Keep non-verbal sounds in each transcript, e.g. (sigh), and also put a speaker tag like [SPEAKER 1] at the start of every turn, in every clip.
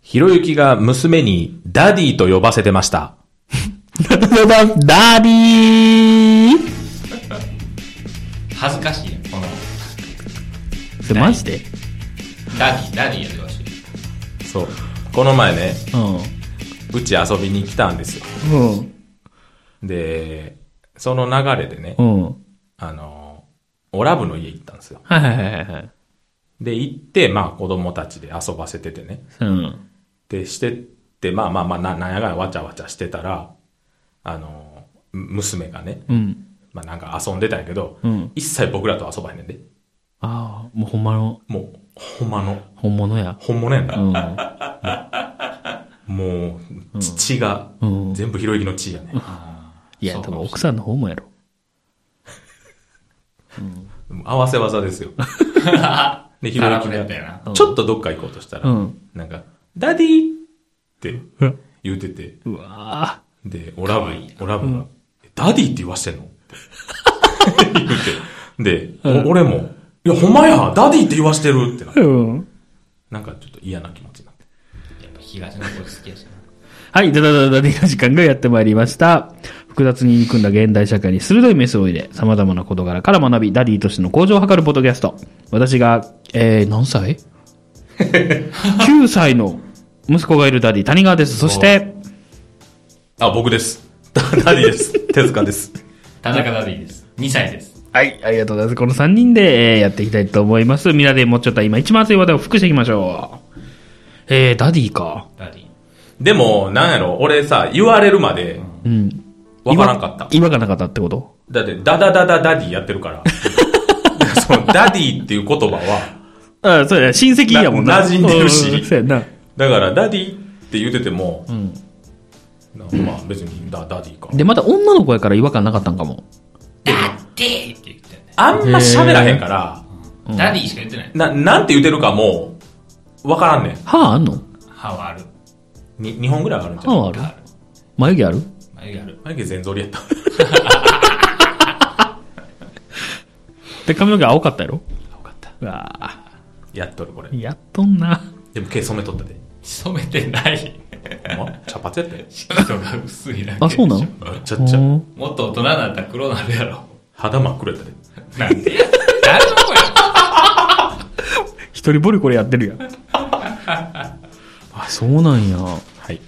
[SPEAKER 1] ひろゆきが娘にダディと呼ばせてました。
[SPEAKER 2] ダダダダダディー
[SPEAKER 3] 恥ずかしいやん、この。
[SPEAKER 2] それマジで
[SPEAKER 3] ダディ、ダディやってほしい。
[SPEAKER 1] そう。この前ね、
[SPEAKER 2] う
[SPEAKER 1] うち遊びに来たんですよ。
[SPEAKER 2] ん。うん。
[SPEAKER 1] で、その流れでね、
[SPEAKER 2] うん。
[SPEAKER 1] あの、オラブの家行ったんですよ。
[SPEAKER 2] はいはいはいはい。
[SPEAKER 1] で、行って、まあ子供たちで遊ばせててね。
[SPEAKER 2] うん。
[SPEAKER 1] で、してって、まあまあまあ、な、なんやかんやわちゃわちゃしてたら、あの、む娘がね、
[SPEAKER 2] うん。
[SPEAKER 1] まあなんか遊んでたんやけど、
[SPEAKER 2] うん
[SPEAKER 1] 一切僕らと遊ばへんねんで。
[SPEAKER 2] ああ、もうほんまの、
[SPEAKER 1] もう、ほんまの、
[SPEAKER 2] 本物や。
[SPEAKER 1] 本物やん
[SPEAKER 2] う
[SPEAKER 1] な。
[SPEAKER 2] ん。
[SPEAKER 1] もう、血が、
[SPEAKER 2] うん。
[SPEAKER 1] 全部ひろゆきの血やね。
[SPEAKER 2] いや、
[SPEAKER 3] そ
[SPEAKER 2] 多
[SPEAKER 3] うか
[SPEAKER 2] 分
[SPEAKER 3] も
[SPEAKER 2] 奥さんの方もやろ。
[SPEAKER 1] 合わせ技ですよ。で、ひろゆき
[SPEAKER 3] 空振りやったよ
[SPEAKER 1] が、
[SPEAKER 3] な
[SPEAKER 1] ちょっとどっか行こうとしたら、
[SPEAKER 2] うん
[SPEAKER 1] なんか、ダディって
[SPEAKER 2] うん
[SPEAKER 1] 言うてて、
[SPEAKER 2] うわ
[SPEAKER 1] で、オラブ、オラブが、ダディって言わしてんのって言うて。で、お俺も、いや、ほんまや、ダディって言わしてるってなって、
[SPEAKER 2] ぁ。うん。
[SPEAKER 1] なんかちょっと嫌な気持ちになって。
[SPEAKER 3] やっぱ東の声好きやしな。
[SPEAKER 2] はい、ダダダダディの時間がやってまいりました。複雑に入り組んだ現代社会に鋭いメスを入れ、様々な事柄から学び、ダディとしての向上を図るポッドキャスト。私が、えー、何歳
[SPEAKER 1] (laughs)
[SPEAKER 2] ?9 歳の息子がいるダディ、谷川です。そして、
[SPEAKER 1] あ、僕です。 (laughs) ダダディです。手塚です。
[SPEAKER 3] 田中ダディです。2歳です。
[SPEAKER 2] はい、ありがとうございます。この3人で、えーやっていきたいと思います。みんなでもうちょっと今一番熱い話題を服していきましょう。えー、ダディか。
[SPEAKER 3] ダディ。
[SPEAKER 1] でも、なんやろ、俺さ、言われるまで、
[SPEAKER 2] うん。
[SPEAKER 1] わからんかった。
[SPEAKER 2] 違和がなかったってこと
[SPEAKER 1] だって、ダダダダダディやってる
[SPEAKER 2] (laughs)
[SPEAKER 1] から。その、ダディっていう言葉は、
[SPEAKER 2] あそうや、親戚やもんな。
[SPEAKER 1] な馴染んでるし
[SPEAKER 2] うんそうやな。
[SPEAKER 1] だから、ダディって言ってても、
[SPEAKER 2] ん
[SPEAKER 1] なまあ別にダ、ダディか。
[SPEAKER 2] で、また女の子やから違和感なかったんかも。
[SPEAKER 3] ダディって言ってたよ
[SPEAKER 1] あん
[SPEAKER 3] ね。
[SPEAKER 1] ま喋らへんから、
[SPEAKER 3] ダディしか言ってない。
[SPEAKER 1] な、なんて言ってるかも、わからんねん。
[SPEAKER 2] 歯あんの
[SPEAKER 3] 歯はある。
[SPEAKER 1] に、2本ぐらいあるんじゃ
[SPEAKER 2] 歯
[SPEAKER 1] ん。
[SPEAKER 2] はある
[SPEAKER 3] ある。
[SPEAKER 2] 眉毛ある
[SPEAKER 3] 眉毛ある。
[SPEAKER 1] 眉毛全剃りやった。 (laughs)
[SPEAKER 2] で、髪の毛青かったやろ
[SPEAKER 3] よかった。
[SPEAKER 2] うわあ
[SPEAKER 1] やっとる、これ。
[SPEAKER 2] やっとんな。
[SPEAKER 1] でも毛染めとったで。
[SPEAKER 3] 染めてない。
[SPEAKER 1] ほんま茶髪やったよ。
[SPEAKER 3] 色が薄いだけでしょ
[SPEAKER 2] あ、そうなの
[SPEAKER 1] めっちゃっちゃ。
[SPEAKER 2] うん
[SPEAKER 3] もっと大人になったら黒なるやろ。
[SPEAKER 1] 肌真っ黒やったで。
[SPEAKER 3] (laughs) なんでや。誰の声
[SPEAKER 2] 一人ボリこれやってるやん。 (laughs) あ、そうなんや。
[SPEAKER 1] はい。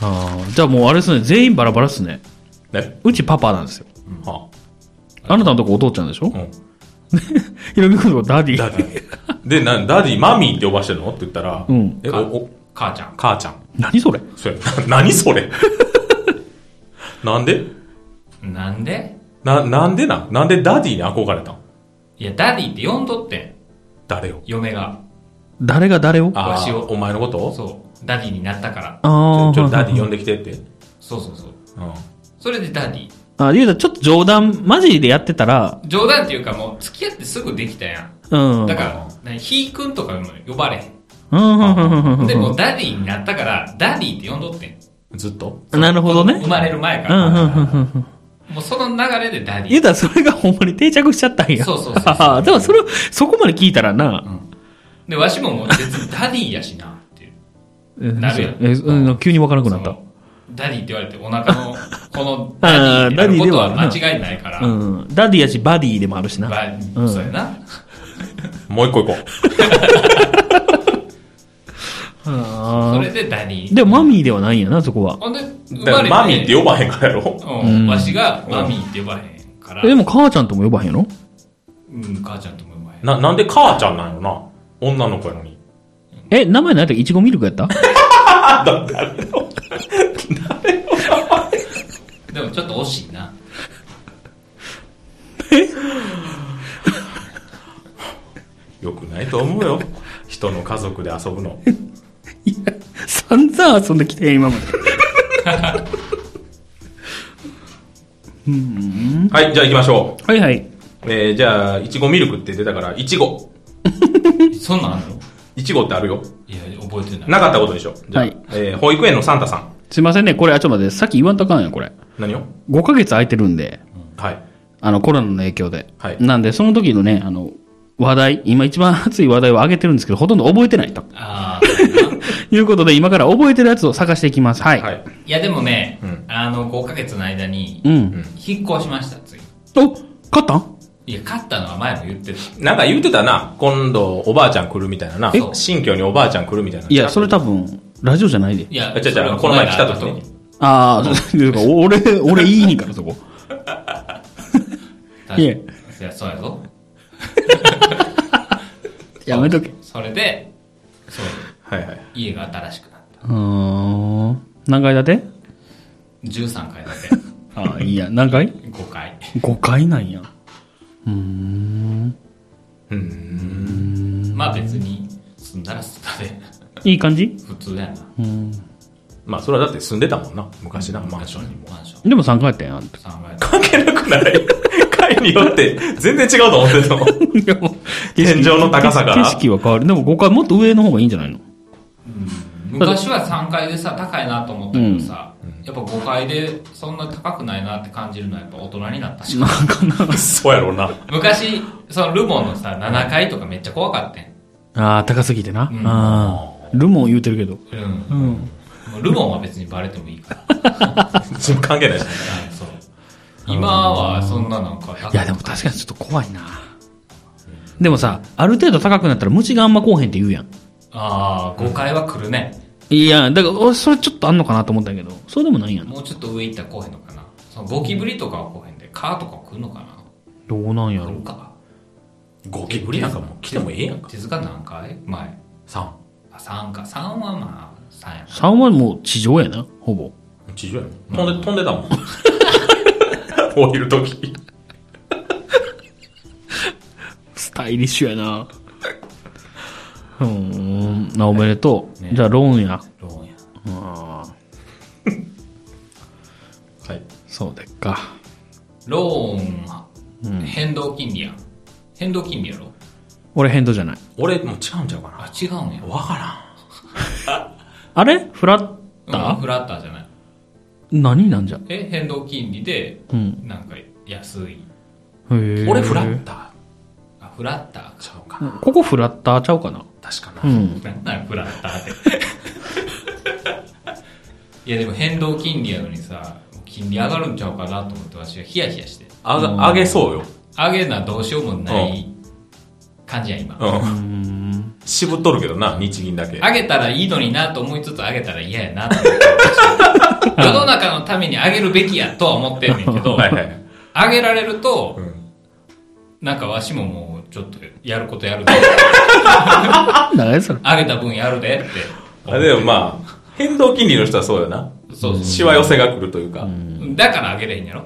[SPEAKER 2] あーじゃあもうあれですね、全員バラバラっすね。
[SPEAKER 1] ね。
[SPEAKER 2] うちパパなんですよ。
[SPEAKER 1] は
[SPEAKER 2] あなたのとこお父ちゃんでしょ
[SPEAKER 1] あ、うん。
[SPEAKER 2] ひろみくんのとこダディ。
[SPEAKER 1] ダディ。で、な、ダディ、マミーって呼ばしてるのって言ったら、
[SPEAKER 2] うん
[SPEAKER 1] え、お、お、
[SPEAKER 3] 母ちゃん。
[SPEAKER 1] 母ちゃん。
[SPEAKER 2] 何それ
[SPEAKER 1] それ、な、何それなんで
[SPEAKER 3] なんで
[SPEAKER 1] な、なんでなんなんでダディに憧れたん
[SPEAKER 3] いや、ダディって呼んどってん。
[SPEAKER 1] 誰を
[SPEAKER 3] 嫁が。
[SPEAKER 2] 誰が誰をあ
[SPEAKER 1] あ
[SPEAKER 3] わし
[SPEAKER 1] あ、
[SPEAKER 3] を
[SPEAKER 1] お前のことち
[SPEAKER 3] そう。ダディになったから。
[SPEAKER 2] あ
[SPEAKER 1] ょ、
[SPEAKER 2] ー。
[SPEAKER 1] ちょ、ダディ呼んできてって。
[SPEAKER 3] そうそうそう。
[SPEAKER 1] うん。
[SPEAKER 3] それでダディ。
[SPEAKER 2] あ、ゆうたちょっと冗談、マジでやってたら、
[SPEAKER 3] 冗談っていうかもう付き合ってすぐできたやん。
[SPEAKER 2] うん。
[SPEAKER 3] だから、なひーくんとかも呼ばれへ
[SPEAKER 2] うんうんうんうんうんうん
[SPEAKER 3] ん。でもうダディになったから、ダディって呼んどってん。
[SPEAKER 1] ずっと
[SPEAKER 2] なるほどね
[SPEAKER 3] 生。まれる前か
[SPEAKER 2] うんう
[SPEAKER 3] ら。
[SPEAKER 2] んうんうんうん。
[SPEAKER 3] もうその流れでダデ
[SPEAKER 2] 言う
[SPEAKER 3] ィ。
[SPEAKER 2] たらそれがほんまに定着しちゃったんや。
[SPEAKER 3] そうそうそうそう
[SPEAKER 2] ああ (laughs) でもそれ、そこまで聞いたらな、
[SPEAKER 3] で、わしももう別にダディやしな、っていう。なるやん
[SPEAKER 2] え、うん急にわからなくなった
[SPEAKER 3] そ。のダディって言われてお腹
[SPEAKER 2] (laughs)
[SPEAKER 3] の、この
[SPEAKER 2] あ
[SPEAKER 3] ダ
[SPEAKER 2] ー
[SPEAKER 3] ディってなること
[SPEAKER 2] ダディではあ
[SPEAKER 3] は
[SPEAKER 2] るな
[SPEAKER 3] 間違いないから。
[SPEAKER 2] うん。ダディやし、バディでもあるしな。
[SPEAKER 3] まあ
[SPEAKER 2] うん
[SPEAKER 3] そうやな。
[SPEAKER 1] もう一個行こう。
[SPEAKER 3] そ
[SPEAKER 2] あ
[SPEAKER 3] れでダディ。
[SPEAKER 2] ーでも、マミーではないんやな、そこは。
[SPEAKER 3] ほんで、生
[SPEAKER 1] だ
[SPEAKER 3] ま
[SPEAKER 1] か
[SPEAKER 3] れ
[SPEAKER 1] ら
[SPEAKER 3] て。
[SPEAKER 1] マミーって呼ばへんからやろ
[SPEAKER 3] うん。わしがマミーって呼ばへんから。
[SPEAKER 2] えでも、母ちゃんとも呼ばへんやろ
[SPEAKER 3] うん、母ちゃんとも呼ばへん。
[SPEAKER 1] な、なんで母ちゃんなんやろな女の子やのに。
[SPEAKER 2] え、名前何やったっけいちごミルクや (laughs) った
[SPEAKER 3] でもちょっと惜しいな。
[SPEAKER 1] よくないと思うよ。人の家族で遊ぶの。
[SPEAKER 2] いや、散々遊んできてん、今まで。
[SPEAKER 1] はい、じゃあ行きましょ
[SPEAKER 2] はいはい。
[SPEAKER 1] う。えー、じゃあ、いちごミルクって出たから、いちご。
[SPEAKER 3] そんなんあんの
[SPEAKER 1] いちごってあるよ。
[SPEAKER 3] いや、覚えてない。
[SPEAKER 1] なかったことでしょ。じゃあ、
[SPEAKER 2] はい
[SPEAKER 1] えー、保育園のサンタさん。
[SPEAKER 2] すいませんね、これ、あ、ちょっと待って、さっき言わんとあかんや、これ。
[SPEAKER 1] 何を
[SPEAKER 2] 5ヶ月空いてるんで、
[SPEAKER 1] はい。
[SPEAKER 2] あの、コロナの影響で。
[SPEAKER 1] はい
[SPEAKER 2] なんで、その時のね、あの、話題、今一番熱い話題を上げてるんですけど、ほとんど覚えてないと。
[SPEAKER 3] ああ、そうやな
[SPEAKER 2] いうことで、今から覚えてるやつを探していきます。はい。
[SPEAKER 1] はい。
[SPEAKER 3] いや、でもね、
[SPEAKER 1] うん
[SPEAKER 3] あの、5ヶ月の間に
[SPEAKER 2] う、ん。
[SPEAKER 3] 引っ越しました、つい。
[SPEAKER 2] お、勝ったん
[SPEAKER 3] いや、勝ったのは前も言ってた。
[SPEAKER 1] なんか言うてたな。今度、おばあちゃん来るみたいなな
[SPEAKER 3] え。
[SPEAKER 1] 新居におばあちゃん来るみたいな。
[SPEAKER 2] いや、それ多分、ラジオじゃないで。
[SPEAKER 3] いや
[SPEAKER 1] あ、違う違う
[SPEAKER 3] それは
[SPEAKER 1] この前来た時
[SPEAKER 3] この
[SPEAKER 1] ね
[SPEAKER 3] 後
[SPEAKER 2] ああ、そういうか俺、俺言いにから、そこ。
[SPEAKER 3] 確か
[SPEAKER 2] い
[SPEAKER 3] に
[SPEAKER 2] え
[SPEAKER 3] いや、そうやぞ。
[SPEAKER 2] (laughs) やめとけ。う
[SPEAKER 3] それで、そう、
[SPEAKER 1] はいはい。
[SPEAKER 3] 家が新しくなった。
[SPEAKER 2] ーん。何階建て
[SPEAKER 3] 13階建
[SPEAKER 2] ああ、いいや。何階
[SPEAKER 3] て、5階。
[SPEAKER 2] ?5 階なんや。うーん。
[SPEAKER 1] うん。
[SPEAKER 3] まあ別に、住んだら住んだで、
[SPEAKER 2] いい感じ
[SPEAKER 3] 普通やな。
[SPEAKER 2] うん。
[SPEAKER 1] まあ、それはだって住んでたもんな。昔な、マンションにも。
[SPEAKER 3] マンション。
[SPEAKER 2] でも3階やったんやん。
[SPEAKER 3] 3階
[SPEAKER 1] 関係なくない階によって、全然違うと思ってたもん。
[SPEAKER 2] (laughs) いやもう
[SPEAKER 1] 天井の高さから
[SPEAKER 2] 景色は変わる。でも5階もっと上の方がいいんじゃないの
[SPEAKER 3] 昔は3階でさ、高いなと思ったけどさ、やっぱ5階でそんな高くないなって感じるのはやっぱ大人になったし。
[SPEAKER 2] なんかな。
[SPEAKER 1] そうやろうな。
[SPEAKER 3] 昔、そのルモンのさ、7階とかめっちゃ怖かったん。
[SPEAKER 2] ああ、高すぎてな。
[SPEAKER 3] うん
[SPEAKER 2] ああ。ルモン言うてるけど。
[SPEAKER 3] うん。
[SPEAKER 2] うん。
[SPEAKER 3] もうルモンは別にバレてもいいから。
[SPEAKER 1] 関係ないし。
[SPEAKER 3] うんそう。 (laughs) 今はそんななんか100
[SPEAKER 2] いや、でも確かにちょっと怖いな。でもさ、ある程度高くなったら虫があんま来おへんって言うやん。
[SPEAKER 3] ああ、5階は来るね。
[SPEAKER 2] いや、だから、俺それちょっとあんのかなと思ったんやけど、そうでもないんやな。
[SPEAKER 3] もうちょっと上行ったら来へんのかな。そのゴキブリとかは来へんで、カーとか来るのかな
[SPEAKER 2] どうなんや
[SPEAKER 3] 来
[SPEAKER 2] ろ
[SPEAKER 3] る。か。
[SPEAKER 1] ゴキブリなんかもう来てもええやんか。
[SPEAKER 3] 手塚何階前。
[SPEAKER 1] 3。
[SPEAKER 3] あ、3か。3はまあ、3やな。
[SPEAKER 2] 3はもう地上やな、ほぼ。
[SPEAKER 1] 地上やもん。飛んで、飛んでた (laughs) もん。降りるとき。
[SPEAKER 2] スタイリッシュやな。うーん、なおめでとう。
[SPEAKER 3] ね
[SPEAKER 2] じゃあ、ローンや。
[SPEAKER 3] ローンや。
[SPEAKER 2] あ
[SPEAKER 1] はい。
[SPEAKER 2] そうでっか。
[SPEAKER 3] ローンは、変動金利やん。変動金利やろ
[SPEAKER 2] 俺変動じゃない。
[SPEAKER 1] 俺、もう違うんちゃうか
[SPEAKER 3] あ、違うんや
[SPEAKER 1] な。。わか
[SPEAKER 2] あれフラッ
[SPEAKER 3] うん、
[SPEAKER 2] タ
[SPEAKER 3] フラッターじゃない。
[SPEAKER 2] 何なんじゃ。
[SPEAKER 3] え、変動金利で、
[SPEAKER 2] うん。
[SPEAKER 3] なんか安い。
[SPEAKER 1] ら
[SPEAKER 2] へ
[SPEAKER 1] ん。俺、フラッター
[SPEAKER 3] あ、フラッター
[SPEAKER 1] ち
[SPEAKER 3] か。
[SPEAKER 1] ゃうかな。
[SPEAKER 2] ここフラッターちゃうかな。
[SPEAKER 1] 確かな。
[SPEAKER 2] うん。
[SPEAKER 3] なんなんフラッターって。 (laughs) いやでも変動金利やのにさ、金利上がるんちゃうかなと思って私はヒヤヒヤして。
[SPEAKER 1] あ
[SPEAKER 2] うん
[SPEAKER 1] が、あげそうよ。
[SPEAKER 3] 上げなどうしようもない感じや今。
[SPEAKER 1] う。
[SPEAKER 2] うんん。
[SPEAKER 1] 渋っとるけどな、日銀だけ。
[SPEAKER 3] 上げたらいいのになと思いつつ上げたら嫌やなと思って
[SPEAKER 1] (laughs)
[SPEAKER 3] 世の中のために上げるべきやとは思ってんねんけど、
[SPEAKER 1] はいはい。
[SPEAKER 3] 上げられると
[SPEAKER 1] う、ん。
[SPEAKER 3] なんかわしももうちょっとやることやるで、
[SPEAKER 2] あ、何それ。
[SPEAKER 3] 上げた分やるでって。
[SPEAKER 1] あでもまあ、変動金利の人はそうよな。
[SPEAKER 3] そうそう
[SPEAKER 1] しわ寄せが来るというか。うん。
[SPEAKER 3] だから上げれへんやろ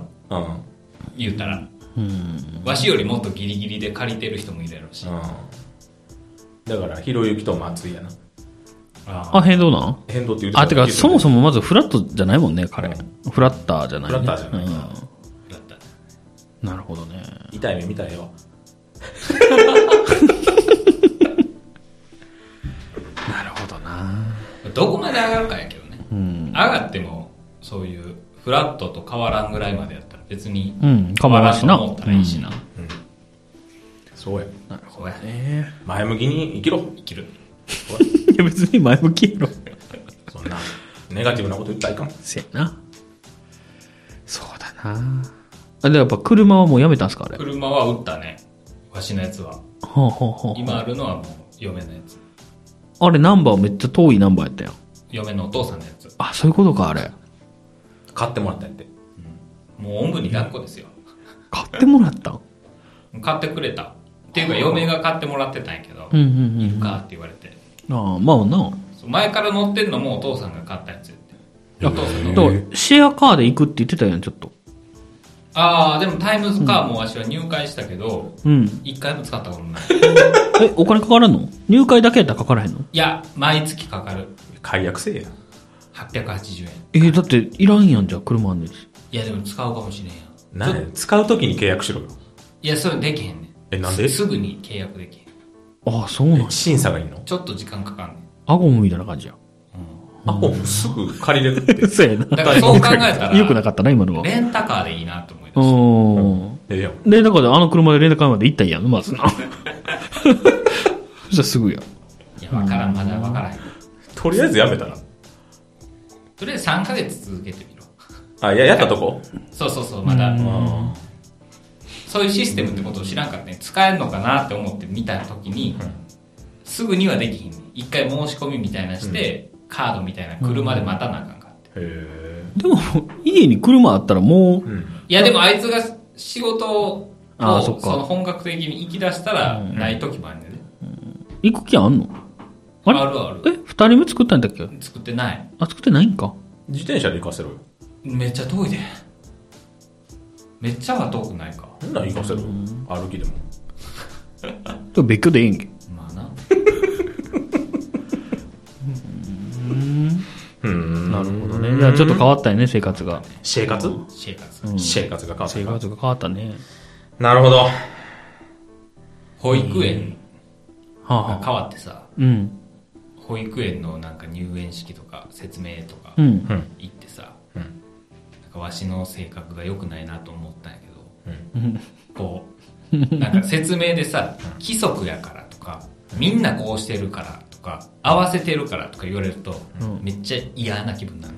[SPEAKER 3] 言うたら。
[SPEAKER 2] うん。
[SPEAKER 3] わしよりもっとギリギリで借りてる人もいるやろうし。
[SPEAKER 1] だから、ひろゆきと松井やな。
[SPEAKER 2] あ、変動なの
[SPEAKER 1] 変動って言う
[SPEAKER 2] あ、てか、そも
[SPEAKER 1] も。
[SPEAKER 2] そもまずフラットじゃないもんね、彼。フラッターじゃない、ね。
[SPEAKER 1] フラッターじゃない
[SPEAKER 3] だったら
[SPEAKER 2] うんなるほどね。
[SPEAKER 1] 痛い目見たいよ。
[SPEAKER 2] なるほどな。
[SPEAKER 3] どこまで上がるかやけどね。
[SPEAKER 2] うん
[SPEAKER 3] 上。がっても、そういう、フラットと変わらんぐらいまでやったら別に、
[SPEAKER 2] うん、かまらんしな。
[SPEAKER 3] 変わらんと思ったらいいしな。
[SPEAKER 1] そうや。
[SPEAKER 3] そうやね。
[SPEAKER 2] え
[SPEAKER 1] 前向きに生きろ。
[SPEAKER 3] 生きる。
[SPEAKER 2] (laughs) えいや、別に前向きやろ。
[SPEAKER 1] そんな、ネガティブなこと言ったらいかん。
[SPEAKER 2] せやな。そうだな。あ、で、やっぱ車はもうやめたんすか、あれ。
[SPEAKER 3] 車は売ったね。わしのやつは。
[SPEAKER 2] ほうほうほう。
[SPEAKER 3] 今あるのはもう、嫁のやつ。
[SPEAKER 2] あれ、ナンバーめっちゃ遠いナンバーやったよ。
[SPEAKER 3] 嫁のお父さんのやつ。
[SPEAKER 2] あ、そういうことか、あれ。
[SPEAKER 1] 買ってもらったんやって。
[SPEAKER 3] もうおんぶに抱っこですよ。
[SPEAKER 2] 買ってもらったん
[SPEAKER 3] 買ってくれた。っていうか、嫁が買ってもらってたんやけど
[SPEAKER 2] う、んうんうん。
[SPEAKER 3] かって言われて。
[SPEAKER 2] ああ、まあな。
[SPEAKER 3] そう前から乗ってんのもお父さんが買ったやつやって。お父さんの
[SPEAKER 2] だからシェアカーで行くって言ってたやん、ちょっと。
[SPEAKER 3] ああ、でもタイムズカーもわしは入会したけど、
[SPEAKER 2] うん。
[SPEAKER 3] 一回も使ったことない。
[SPEAKER 2] え、お金かからんの入会だけやったらかからへんの
[SPEAKER 3] いや、毎月かかる。
[SPEAKER 1] 解約せえや。
[SPEAKER 3] 880円。
[SPEAKER 2] えーだって、いらんやん、じゃあ、車あんねんし。
[SPEAKER 3] いや、でも使うかもしれんやん。
[SPEAKER 1] なんや使うときに契約しろよ。
[SPEAKER 3] いや、それできへんねん。
[SPEAKER 1] えなんです
[SPEAKER 3] ぐに契約できへん。
[SPEAKER 2] ああ、そうなんや
[SPEAKER 1] 審査がいいの
[SPEAKER 3] ちょっと時間かかんね
[SPEAKER 2] アゴムみたいな感じや。
[SPEAKER 1] あ、もうすぐ借りれるって。
[SPEAKER 2] そうや (laughs) な。
[SPEAKER 3] ん。だからそう考えたら、
[SPEAKER 2] よくなかったな、今のは。
[SPEAKER 3] レンタカーでいいなと思いま
[SPEAKER 2] う
[SPEAKER 3] し
[SPEAKER 2] ーん。
[SPEAKER 1] ええやん。
[SPEAKER 2] レンタカーで、あの車でレンタカーまで行ったんやん、ま (laughs) ずな。そしたらすぐや。
[SPEAKER 3] た。いや、わからん、まだわからへん。
[SPEAKER 1] とりあえずやめたら。
[SPEAKER 3] とりあえず3ヶ月続けてみろ。
[SPEAKER 1] あ、いや、やったとこ
[SPEAKER 3] そうそうそう、まだ。
[SPEAKER 1] うん。
[SPEAKER 3] そういうシステムってことを知らんかったね。使えるのかなって思って見たときに、すぐにはできひん。一回申し込みみたいなして、カードみたいな車で待たなあかんかって。
[SPEAKER 1] へえ。
[SPEAKER 2] でも、家に車あったらも
[SPEAKER 1] う
[SPEAKER 2] う、
[SPEAKER 1] ん。
[SPEAKER 3] いや、でもあいつが仕事を、
[SPEAKER 2] あーそっか
[SPEAKER 3] の本格的に行き出したら、ない時もあるんだよね。
[SPEAKER 2] 行く気あんのあれ
[SPEAKER 3] あるある。
[SPEAKER 2] え、二人目作ったんだっけ
[SPEAKER 3] 作ってない。
[SPEAKER 2] あ、作ってないんか。
[SPEAKER 1] 自転車で行かせろよ。
[SPEAKER 3] めっちゃ遠いで。めっちゃは遠くないか。
[SPEAKER 1] そんなん行かせろよ。歩きでも。
[SPEAKER 2] でも別居でええんけ。
[SPEAKER 3] まあな。
[SPEAKER 1] うん。
[SPEAKER 2] なるほどね。じゃあちょっと変わったよね、生活が。
[SPEAKER 1] 生活
[SPEAKER 3] 生活。
[SPEAKER 1] 生活が変わった
[SPEAKER 2] 生
[SPEAKER 1] か。
[SPEAKER 2] 活が変わったね。
[SPEAKER 1] なるほど。
[SPEAKER 3] 保育園
[SPEAKER 2] はあ、
[SPEAKER 3] が
[SPEAKER 2] はあ、
[SPEAKER 3] 変わってさ、
[SPEAKER 2] うん。
[SPEAKER 3] 保育園のなんか入園式とか説明とか
[SPEAKER 2] うん。
[SPEAKER 3] 行ってさ、
[SPEAKER 1] うん
[SPEAKER 3] なんかわしの性格が良くないなと思ったんやけ
[SPEAKER 2] う
[SPEAKER 3] ど、
[SPEAKER 2] ん。
[SPEAKER 3] こう、なんか説明でさ、規則やからとか、みんなこうしてるからとか、合わせてるからとか言われると、めっちゃ嫌な気分になる。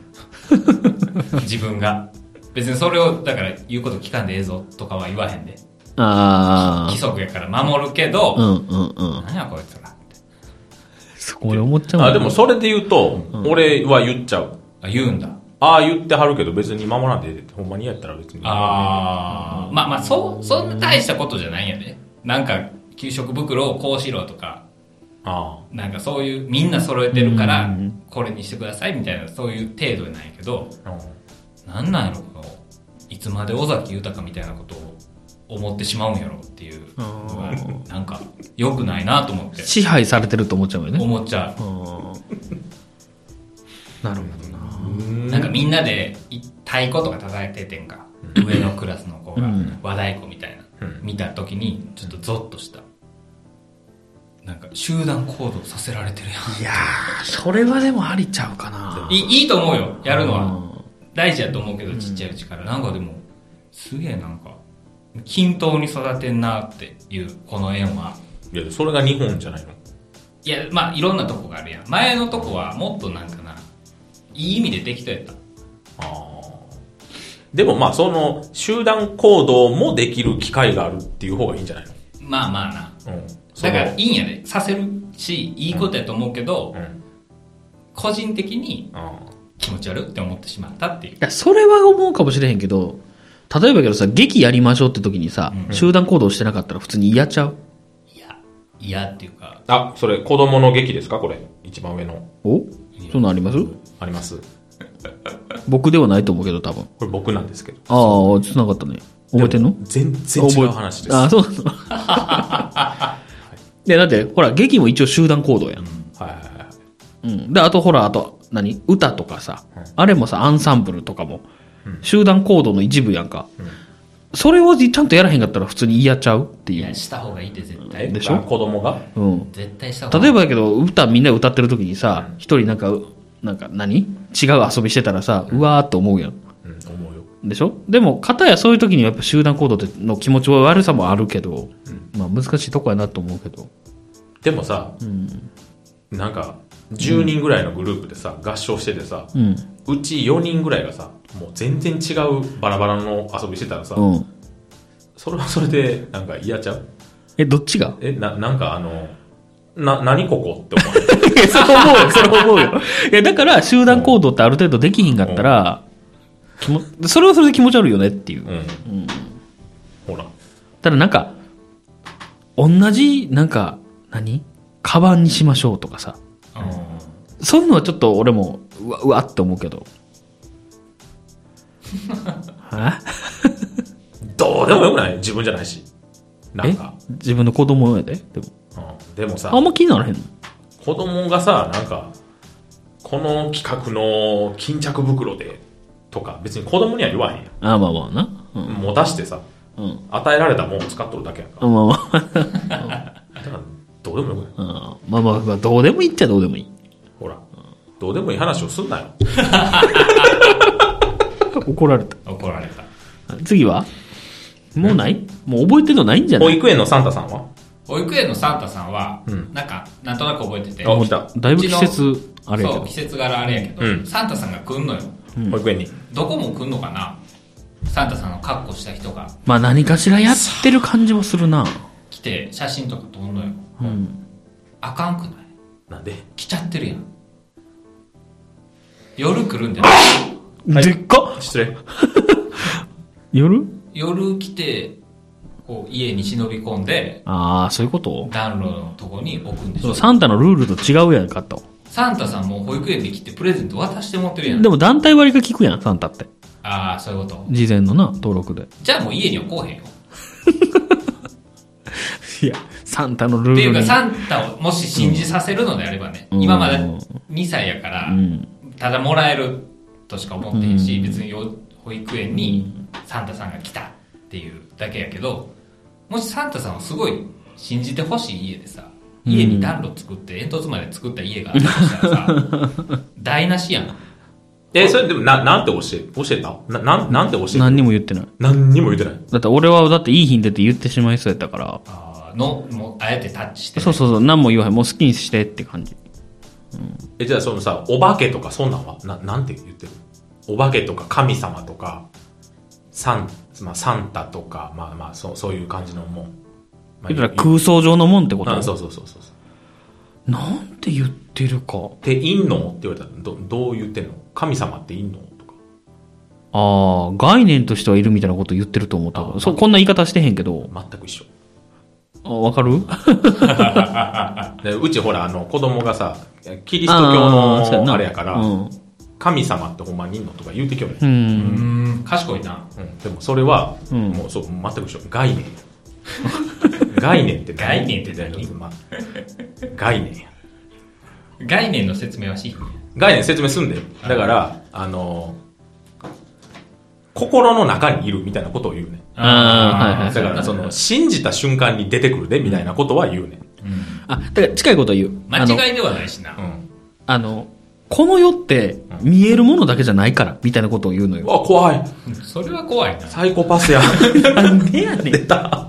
[SPEAKER 3] 自分が。別にそれを、だから言うこと聞かんでええぞとかは言わへんで。
[SPEAKER 2] あ
[SPEAKER 3] 規則やから守るけ
[SPEAKER 2] あ。
[SPEAKER 3] ど、
[SPEAKER 2] うんうんうん。
[SPEAKER 3] 何やこいつらって。
[SPEAKER 2] そこ俺思っちゃうもん
[SPEAKER 1] あ、でもそれで言うと、俺は言っちゃう。
[SPEAKER 3] あ、言うんだ。
[SPEAKER 1] ああ言ってはるけど別に守らんでええでって、ほんまにやったら別に。
[SPEAKER 3] ああ、まあまあ、そう、そんな大したことじゃないんやで。なんか、給食袋をこうしろとか、
[SPEAKER 1] あ
[SPEAKER 3] なんかそういう、みんな揃えてるから
[SPEAKER 2] うん、
[SPEAKER 3] これにしてくださいみたいな、そういう程度なんやけど、
[SPEAKER 1] あ。
[SPEAKER 3] なんなんやろこのいつまで尾崎豊みたいなことを思ってしまうんやろっていうのが、なんか、良くないなと思
[SPEAKER 2] (laughs)
[SPEAKER 3] って、
[SPEAKER 2] 支配されてると思っちゃうよね。
[SPEAKER 3] 思っちゃ
[SPEAKER 2] うんなるほどな。
[SPEAKER 1] うん。
[SPEAKER 3] う。なんかみんなで、い太鼓とか叩いててんか、上のクラスの子が
[SPEAKER 2] うん、
[SPEAKER 3] 和太鼓みたいな。
[SPEAKER 1] うん
[SPEAKER 3] 見た時にちょっとゾッとした、なんか集団行動させられてる
[SPEAKER 2] いやー、それはでもありちゃうかな
[SPEAKER 3] やん。いいいと思うよやるの
[SPEAKER 2] う
[SPEAKER 3] は
[SPEAKER 2] ん
[SPEAKER 3] 大事やと思うけどちっちゃいうちから、なんかでもすげえなんか均等に育てんなっていうこの縁はい
[SPEAKER 1] や、それが日本じゃないの。
[SPEAKER 3] いやまあいろんなとこがあるやん前のとこはもっとなんかないい意味で適当やった
[SPEAKER 1] ああ。でもまあ、その、集団行動もできる機会があるっていう方がいいんじゃないの
[SPEAKER 3] まあまあな
[SPEAKER 1] うん。そ
[SPEAKER 3] だ
[SPEAKER 1] の
[SPEAKER 3] からいいんやでさせるしいいことやと思うけど、
[SPEAKER 1] うん。
[SPEAKER 3] 個人的に
[SPEAKER 1] あ
[SPEAKER 3] 気持ち悪いって思ってしまったっていう
[SPEAKER 2] いや、それは思うかもしれへんけど、例えばやけどさ、劇やりましょうって時にさ、集団行動してなかったら普通に嫌ちゃう。
[SPEAKER 3] いや嫌っていうか
[SPEAKER 1] ああ、それ、子供の劇ですかこれ。一番上の。
[SPEAKER 2] おそんなんあります
[SPEAKER 1] あります。
[SPEAKER 2] 僕ではないと思うけど、多分。
[SPEAKER 1] これ僕なんですけど。
[SPEAKER 2] ああ、つなかったね。覚えてんの
[SPEAKER 1] 全然違う話です。
[SPEAKER 2] あ
[SPEAKER 1] は
[SPEAKER 2] あ、そうなの。 (laughs) で、だって、ほら、劇も一応集団行動やん。
[SPEAKER 1] いはいはい。
[SPEAKER 2] うん。で、あとほら、あと、何歌とかさ、あれもさ、アンサンブルとかも、集団行動の一部やんか。それをじちゃんとやらへんかったら普通に嫌ちゃうって
[SPEAKER 3] い
[SPEAKER 2] い
[SPEAKER 3] や、
[SPEAKER 2] う。
[SPEAKER 3] した方がいいで、絶
[SPEAKER 1] え
[SPEAKER 3] 対。
[SPEAKER 2] でしょ
[SPEAKER 1] あ子供が
[SPEAKER 2] うん。
[SPEAKER 3] 絶対した方が
[SPEAKER 2] 例
[SPEAKER 3] い
[SPEAKER 2] え
[SPEAKER 3] い。
[SPEAKER 2] ばやけど歌みんな歌ってる時にさ一人なんかうなんか何違う遊びしてたらさうわーって思うやん
[SPEAKER 1] うん、思うよ。
[SPEAKER 2] でしょでも片やそういう時にやっぱ集団行動っての気持ち悪さもあるけど、まあ難しいとこやなと思うけど
[SPEAKER 1] でもさ、なんか、10人ぐらいのグループでさ、合唱しててさ、
[SPEAKER 2] うん
[SPEAKER 1] うち4人ぐらいがさ、もう全然違うバラバラの遊びしてたらさ、
[SPEAKER 2] うん
[SPEAKER 1] それはそれで、なんか嫌ちゃう
[SPEAKER 2] えどっちが
[SPEAKER 1] え、な、なんかあの、な、何ここって思う。
[SPEAKER 2] いや (laughs) そう思うよそれ思うよいやだから集団行動ってある程度できひんかったら、気もそれはそれで気持ち悪いよねっていう、
[SPEAKER 1] うん。ほら。
[SPEAKER 2] ただなんか同じなんか何カバンにしましょうとかさそういうのはちょっと俺も、うわ、うわって思うけど。 (laughs) は
[SPEAKER 1] どうでもよくない自分じゃないし。なん
[SPEAKER 2] え
[SPEAKER 1] か。
[SPEAKER 2] 自分の子供やででも。
[SPEAKER 1] うん、でもさ
[SPEAKER 2] あ、んま気にならへんの
[SPEAKER 1] 子供がさ、なんか、この企画の巾着袋で、とか、別に子供には言わへんや
[SPEAKER 2] あまあまあな。うん
[SPEAKER 1] ん。持たしてさ、
[SPEAKER 2] ん。うん。
[SPEAKER 1] 与えられたもんを使っとるだけやんか。
[SPEAKER 2] まあまあ、
[SPEAKER 1] だから、どうでもよくない
[SPEAKER 2] うんまあまあ、まあ、どうでもいいっちゃどうでもいい。
[SPEAKER 1] ほら、どうでもいい話をすんなよ。
[SPEAKER 2] 怒られた。
[SPEAKER 3] 怒られた。
[SPEAKER 2] 次はもうないもう覚えてるのないんじゃ
[SPEAKER 1] 保
[SPEAKER 2] ない
[SPEAKER 1] 育園のサンタさんは
[SPEAKER 3] 保育園のサンタさんは
[SPEAKER 1] ん、
[SPEAKER 3] なんか、なんとなく覚えてて、
[SPEAKER 1] あ、来た。
[SPEAKER 2] だいぶ季節、あれやけ
[SPEAKER 3] そ
[SPEAKER 2] ど
[SPEAKER 3] う季節柄あれやけど、
[SPEAKER 1] うん
[SPEAKER 3] サンタさんが来んのよ
[SPEAKER 1] 保育園に。
[SPEAKER 3] どこも来んのかなサンタさんの格好した人が
[SPEAKER 2] まあ何かしらやってる感じもするな。
[SPEAKER 3] 来て写真とか撮んのよ
[SPEAKER 2] うん。
[SPEAKER 3] あかんくない
[SPEAKER 1] なんで
[SPEAKER 3] 来ちゃってるやん夜来るんだよ
[SPEAKER 1] はい
[SPEAKER 2] でっか
[SPEAKER 1] 失礼。
[SPEAKER 2] 夜
[SPEAKER 3] 夜来てこう家に忍び込んで
[SPEAKER 2] ああ、そういうこと
[SPEAKER 3] 暖炉のとこに置くんでし
[SPEAKER 2] そ
[SPEAKER 3] ょ
[SPEAKER 2] う、サンタのルールと違うやんかと。
[SPEAKER 3] サンタさんも保育園で来てプレゼント渡して持ってるやん
[SPEAKER 2] でも団体割が効くやん、サンタって。
[SPEAKER 3] ああそういうこと
[SPEAKER 2] 事前のな、登録で。
[SPEAKER 3] じゃあもう家には来おへんよ
[SPEAKER 2] いや、サンタのル
[SPEAKER 3] ってい
[SPEAKER 2] ー
[SPEAKER 3] う
[SPEAKER 2] ル
[SPEAKER 3] か
[SPEAKER 2] に。
[SPEAKER 3] サンタをもし信じさせるのであればね、
[SPEAKER 2] うん
[SPEAKER 3] 今まで2歳やから、
[SPEAKER 2] うん。
[SPEAKER 3] ただもらえるとしか思ってへんし、
[SPEAKER 2] うん
[SPEAKER 3] 別によ保育園にサンタさんが来たっていうだけやけどもしサンタさんをすごい信じてほしい家でさ家に暖炉作って煙突まで作った家があったとしたらさ
[SPEAKER 2] (laughs)
[SPEAKER 3] 台無しやん
[SPEAKER 1] え、それでも、な、なんて教え、教えたな、なん、なんて教えた
[SPEAKER 2] 何にも言ってない。
[SPEAKER 1] 何にも言ってない。
[SPEAKER 2] だって俺はだっていいヒントって言ってしまいそうやったから。
[SPEAKER 3] あーのもうあえてタッチしてね、
[SPEAKER 2] そうそうそう、何も言わへん。もう好きにしてって感じ。
[SPEAKER 1] え、じゃあそのさ、お化けとかそんなんは、な、なんて言ってるお化けとか神様とか、サン、まあサンタとか、まあまあ、そう、そういう感じのもん。まあ
[SPEAKER 2] 言ったら空想上のもんってこ
[SPEAKER 1] うん
[SPEAKER 2] と
[SPEAKER 1] そうそうそうそうそう。
[SPEAKER 2] なんて言ってるか。
[SPEAKER 1] って、いんのって言われたら、ど、どう言ってんの神様っていんのとか。
[SPEAKER 2] ああ、概念としてはいるみたいなこと言ってると思う。多分
[SPEAKER 1] あ
[SPEAKER 2] そう、こんな言い方してへんけど。
[SPEAKER 1] 全く一緒。
[SPEAKER 2] あわかる
[SPEAKER 1] でうちほら、あの、子供がさ、キリスト教
[SPEAKER 2] あーそうや
[SPEAKER 1] の
[SPEAKER 2] な
[SPEAKER 1] あれやから、
[SPEAKER 2] うん。
[SPEAKER 1] 神様ってほんまにいんのとか言うてきよね
[SPEAKER 2] う。。
[SPEAKER 3] うんーん賢いな
[SPEAKER 1] うん、でもそれは、
[SPEAKER 2] うん
[SPEAKER 1] もうそう全く一緒概
[SPEAKER 2] (laughs)
[SPEAKER 1] 念概念って何
[SPEAKER 3] 概念って何
[SPEAKER 1] まあ概念や
[SPEAKER 3] 概念の説明はし
[SPEAKER 1] 概念説明すんでだからあの心の中にいるみたいなことを言うね
[SPEAKER 2] あーはいはい
[SPEAKER 1] だからその信じた瞬間に出てくるでみたいなことは言うね、
[SPEAKER 2] あ、だから近いこと言う。あの
[SPEAKER 3] 間違いではないしな
[SPEAKER 1] うん
[SPEAKER 2] あの、この世って見えるものだけじゃないから、みたいなことを言うの
[SPEAKER 1] う (laughs)
[SPEAKER 2] よ。
[SPEAKER 1] わ怖い
[SPEAKER 3] それは怖いな
[SPEAKER 1] サイコパ
[SPEAKER 2] (laughs)
[SPEAKER 1] スや
[SPEAKER 2] なんでやね
[SPEAKER 1] 出た